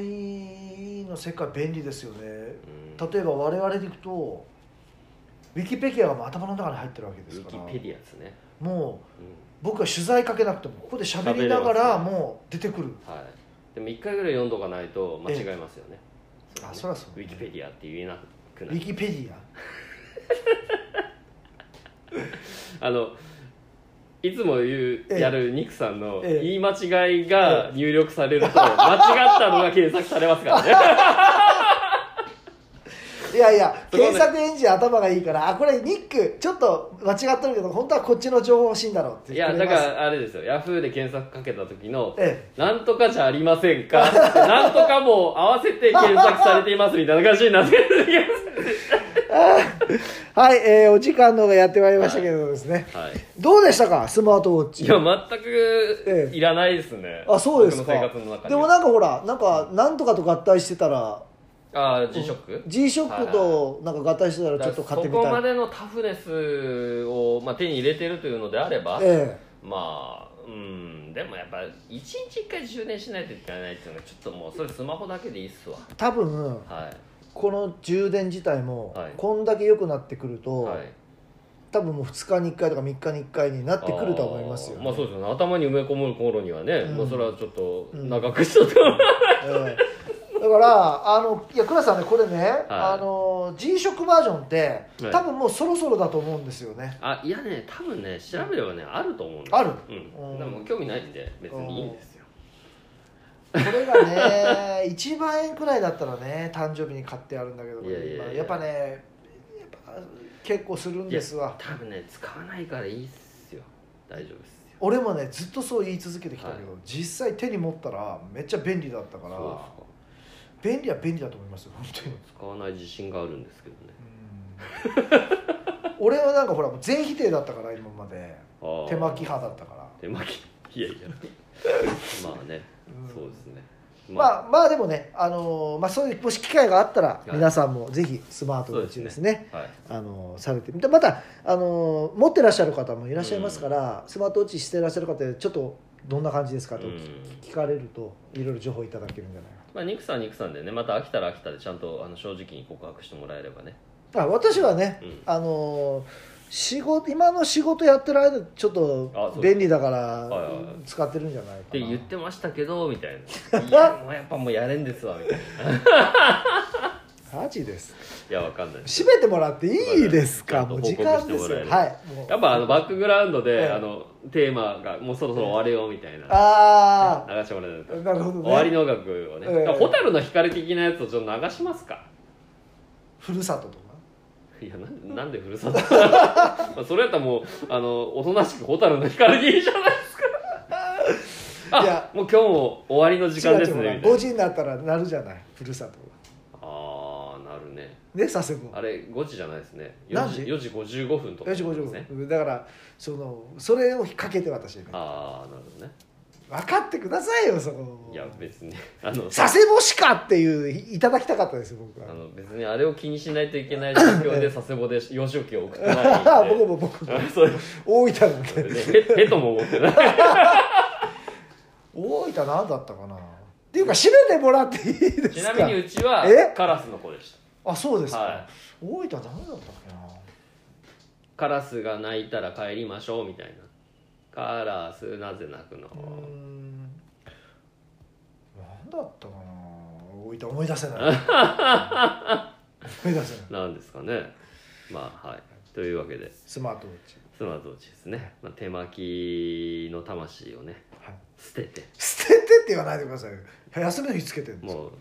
Speaker 1: の世界便利ですよね
Speaker 2: うん
Speaker 1: 例えば我々でいくとウィキペディアがもう頭の中に入ってるわけで
Speaker 2: ウ
Speaker 1: す
Speaker 2: ィ
Speaker 1: か
Speaker 2: キ
Speaker 1: ら
Speaker 2: ペディアですね、
Speaker 1: もう
Speaker 2: う
Speaker 1: 僕は取材かけなくてもここで喋りなが
Speaker 2: 喋れ
Speaker 1: ら
Speaker 2: ます
Speaker 1: もう出てくる
Speaker 2: んはいでも1回ぐらい読んどかないと間違いますよね、
Speaker 1: あそりゃそう
Speaker 2: ウィキペディアって言えなく
Speaker 1: ウ
Speaker 2: な
Speaker 1: ィ
Speaker 2: い
Speaker 1: キペディア
Speaker 2: あのいつも言
Speaker 1: え
Speaker 2: う
Speaker 1: え
Speaker 2: やるニクさんの
Speaker 1: ええ
Speaker 2: 言い間違いが入力されると間違ったのが検索されますからね
Speaker 1: いやいや
Speaker 2: そこね
Speaker 1: 検索エンジン頭がいいからあこれニックちょっと間違っとるけど本当はこっちの情報欲しいんだろうって
Speaker 2: い
Speaker 1: 言っ
Speaker 2: や
Speaker 1: て
Speaker 2: だ
Speaker 1: く
Speaker 2: か
Speaker 1: れます
Speaker 2: らあれですよヤフーで検索かけた時の
Speaker 1: え
Speaker 2: 「なんとかじゃありませんか」って「なんとかも合わせて検索されています」みたいな感じになってる気がする
Speaker 1: えはい、えーお時間の方がやってまいりましたけどですね、
Speaker 2: はい
Speaker 1: どうでしたかスマートウォッ
Speaker 2: い
Speaker 1: チ
Speaker 2: や全く
Speaker 1: ええ
Speaker 2: いらないですね、
Speaker 1: あそうですか
Speaker 2: 僕の生活の中に
Speaker 1: でもなんかほらなんか何とかと合体してたら
Speaker 2: ああ G ショック
Speaker 1: G ショックとなんか合体してたらちょっと買ってみ
Speaker 2: そ
Speaker 1: た
Speaker 2: こま
Speaker 1: い
Speaker 2: でのタフネスを、まあ、手に入れてるというのであれば、
Speaker 1: え
Speaker 2: まあうんでもやっぱ1日1回充電しないといけないっていうのはちょっともうそれスマホだけでいいっすわ
Speaker 1: え多分
Speaker 2: はい
Speaker 1: この充電自体も
Speaker 2: はい
Speaker 1: こんだけ良くなってくると、
Speaker 2: はい
Speaker 1: 多分もう2日に1回とか3日に1回になってくるとは思いますよ、
Speaker 2: あーまあそうですよね頭に埋め込む頃にはね、
Speaker 1: うん
Speaker 2: まあ、それはちょっと
Speaker 1: うん
Speaker 2: 長くしとってもらう、
Speaker 1: ええだからあのいや倉さんねこれね、あの G ショックバージョンって
Speaker 2: はい
Speaker 1: 多分もうそろそろだと思うんですよね、
Speaker 2: あいやね多分ね調べればねあると思うんです
Speaker 1: ある
Speaker 2: うん、
Speaker 1: うん
Speaker 2: でも興味ないんで別にいいんですよ
Speaker 1: これが ね1万円くらいだったらね誕生日に買ってあるんだけど
Speaker 2: いやいやいや
Speaker 1: まあやっぱねやっぱ結構するんですわ
Speaker 2: 多分ね使わないからいいっすよ大丈夫っすよ
Speaker 1: 俺もねずっとそう言い続けてきたけど、
Speaker 2: は
Speaker 1: 実際手に持ったらめっちゃ便利だったか
Speaker 2: そう
Speaker 1: ら
Speaker 2: っすか
Speaker 1: 便利は便利だと思いますよ本当 に
Speaker 2: 使わない自信があるんですけどね
Speaker 1: うん俺はなんかほらもう全否定だったから今まで
Speaker 2: あー
Speaker 1: 手巻き派だったから
Speaker 2: 手巻き いやいやまあね、
Speaker 1: うん
Speaker 2: そうですね
Speaker 1: まあまあでもね、あのーまあ、そういうもし機会があったら
Speaker 2: い
Speaker 1: 皆さんもぜひスマートウォッチですね
Speaker 2: はい
Speaker 1: あのーされてでまた、あのー持ってらっしゃる方もいらっしゃいますから、スマートウォッチしてらっしゃる方でちょっとどんな感じですかと
Speaker 2: うん
Speaker 1: 聞かれるといろいろ情報いただけるんじゃない
Speaker 2: まあ、ニクさんはニクさんでねまた飽きたら飽きたでちゃんとあの正直に告白してもらえればね
Speaker 1: かなあ私はね、
Speaker 2: うん
Speaker 1: あのー仕事今の仕事やってる間ちょっ
Speaker 2: あ
Speaker 1: と
Speaker 2: そう
Speaker 1: 便利だか
Speaker 2: はいはい
Speaker 1: ら
Speaker 2: はい
Speaker 1: 使ってるんじゃないかな
Speaker 2: って 言ってましたけどみたいな「いやもうやっぱもうやれんですわ」みたいな
Speaker 1: マジです
Speaker 2: いやわかんない
Speaker 1: 閉めてもらっていいですか
Speaker 2: わか
Speaker 1: も
Speaker 2: ん
Speaker 1: う
Speaker 2: ない
Speaker 1: 時間ですよ
Speaker 2: ちゃ
Speaker 1: はいもう
Speaker 2: やっぱあのバックグラウンドで、
Speaker 1: ええ
Speaker 2: あのテーマがもうそろそろ終わるよみたいな
Speaker 1: あ
Speaker 2: 流してもらえないと
Speaker 1: あなるほどね
Speaker 2: 終わりの音楽をね、
Speaker 1: ええ
Speaker 2: だから蛍の光的なやつをちょっと流しますか
Speaker 1: ふるさととか
Speaker 2: いやなんなんで ふるさとまあそれやったらもうあのおとなしく蛍の光 でいいじゃないですか
Speaker 1: い
Speaker 2: あ
Speaker 1: や
Speaker 2: もう今日も終わりの時間ですねみたいな
Speaker 1: 5時になったらなるじゃないふるさとが
Speaker 2: ああなるね
Speaker 1: ね佐世保
Speaker 2: あれ5時じゃないですね4
Speaker 1: 何
Speaker 2: 時
Speaker 1: 時
Speaker 2: ,4 時55分とか
Speaker 1: 4時
Speaker 2: ですね
Speaker 1: 55分だからそのそれを引っ掛けて私ね
Speaker 2: ああなるほどね
Speaker 1: 分かってくださいよそこ
Speaker 2: いや別に あの
Speaker 1: 佐世保しかっていういただきたかったですよ僕
Speaker 2: あ
Speaker 1: は
Speaker 2: の別にあれを気にしないといけない状況で佐世保で幼少期を送ってないんで
Speaker 1: 僕も僕も
Speaker 2: そういう
Speaker 1: 大分なん
Speaker 2: こと
Speaker 1: で
Speaker 2: でねへへとも思ってない
Speaker 1: 大分何だったかなっていうか閉めてもらっていいですか
Speaker 2: ちなみにうちは
Speaker 1: え
Speaker 2: カラスの子でし
Speaker 1: あそうですか、
Speaker 2: はい
Speaker 1: 大分何だったっけな
Speaker 2: たカラスが鳴いたら帰りましょうみたいなカラスなぜ鳴くの
Speaker 1: うーん何だったかな大分思い出 せない思い出せない
Speaker 2: なんですかねまあはいというわけで
Speaker 1: スマートウォッチ、
Speaker 2: その後ですね、まあ、手巻きの魂をね
Speaker 1: はい、
Speaker 2: 捨てて
Speaker 1: 捨ててって言わないでくださいよ休みの日つけてるんですよ
Speaker 2: もう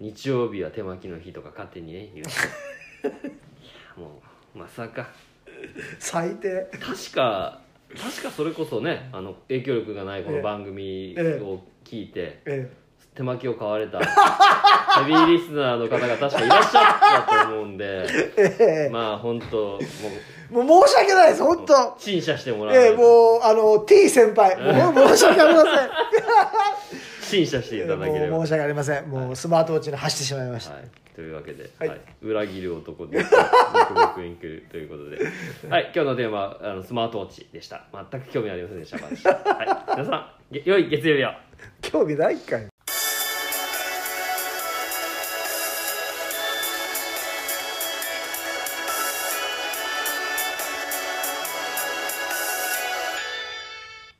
Speaker 2: 日曜日は手巻きの日とか勝手にね言うて いやもうまさか
Speaker 1: 最低
Speaker 2: 確か確かそれこそねあの影響力がないこの番組
Speaker 1: ええ
Speaker 2: を聞いて、
Speaker 1: え
Speaker 2: 手巻きを買われた ヘビーリスナーの方が確かいらっしゃったと思うんで
Speaker 1: えええ
Speaker 2: まあ本当も
Speaker 1: もう申し訳ないです本
Speaker 2: う
Speaker 1: 当
Speaker 2: 陳謝してもらわな
Speaker 1: え
Speaker 2: い
Speaker 1: え
Speaker 2: と
Speaker 1: もうあの T 先輩もう申し訳ありません
Speaker 2: 陳謝 していただければ
Speaker 1: もう
Speaker 2: は
Speaker 1: 申し訳ありませんもうスマートウォッチに走ってしまいました、
Speaker 2: いというわけで、は
Speaker 1: はいい
Speaker 2: 裏切る男で僕僕インクルということ で、はい、今日のテーマはあのスマートウォッチでした全く興味ありませんでした、はい、皆さんげ良い月曜日を
Speaker 1: 興味ないかい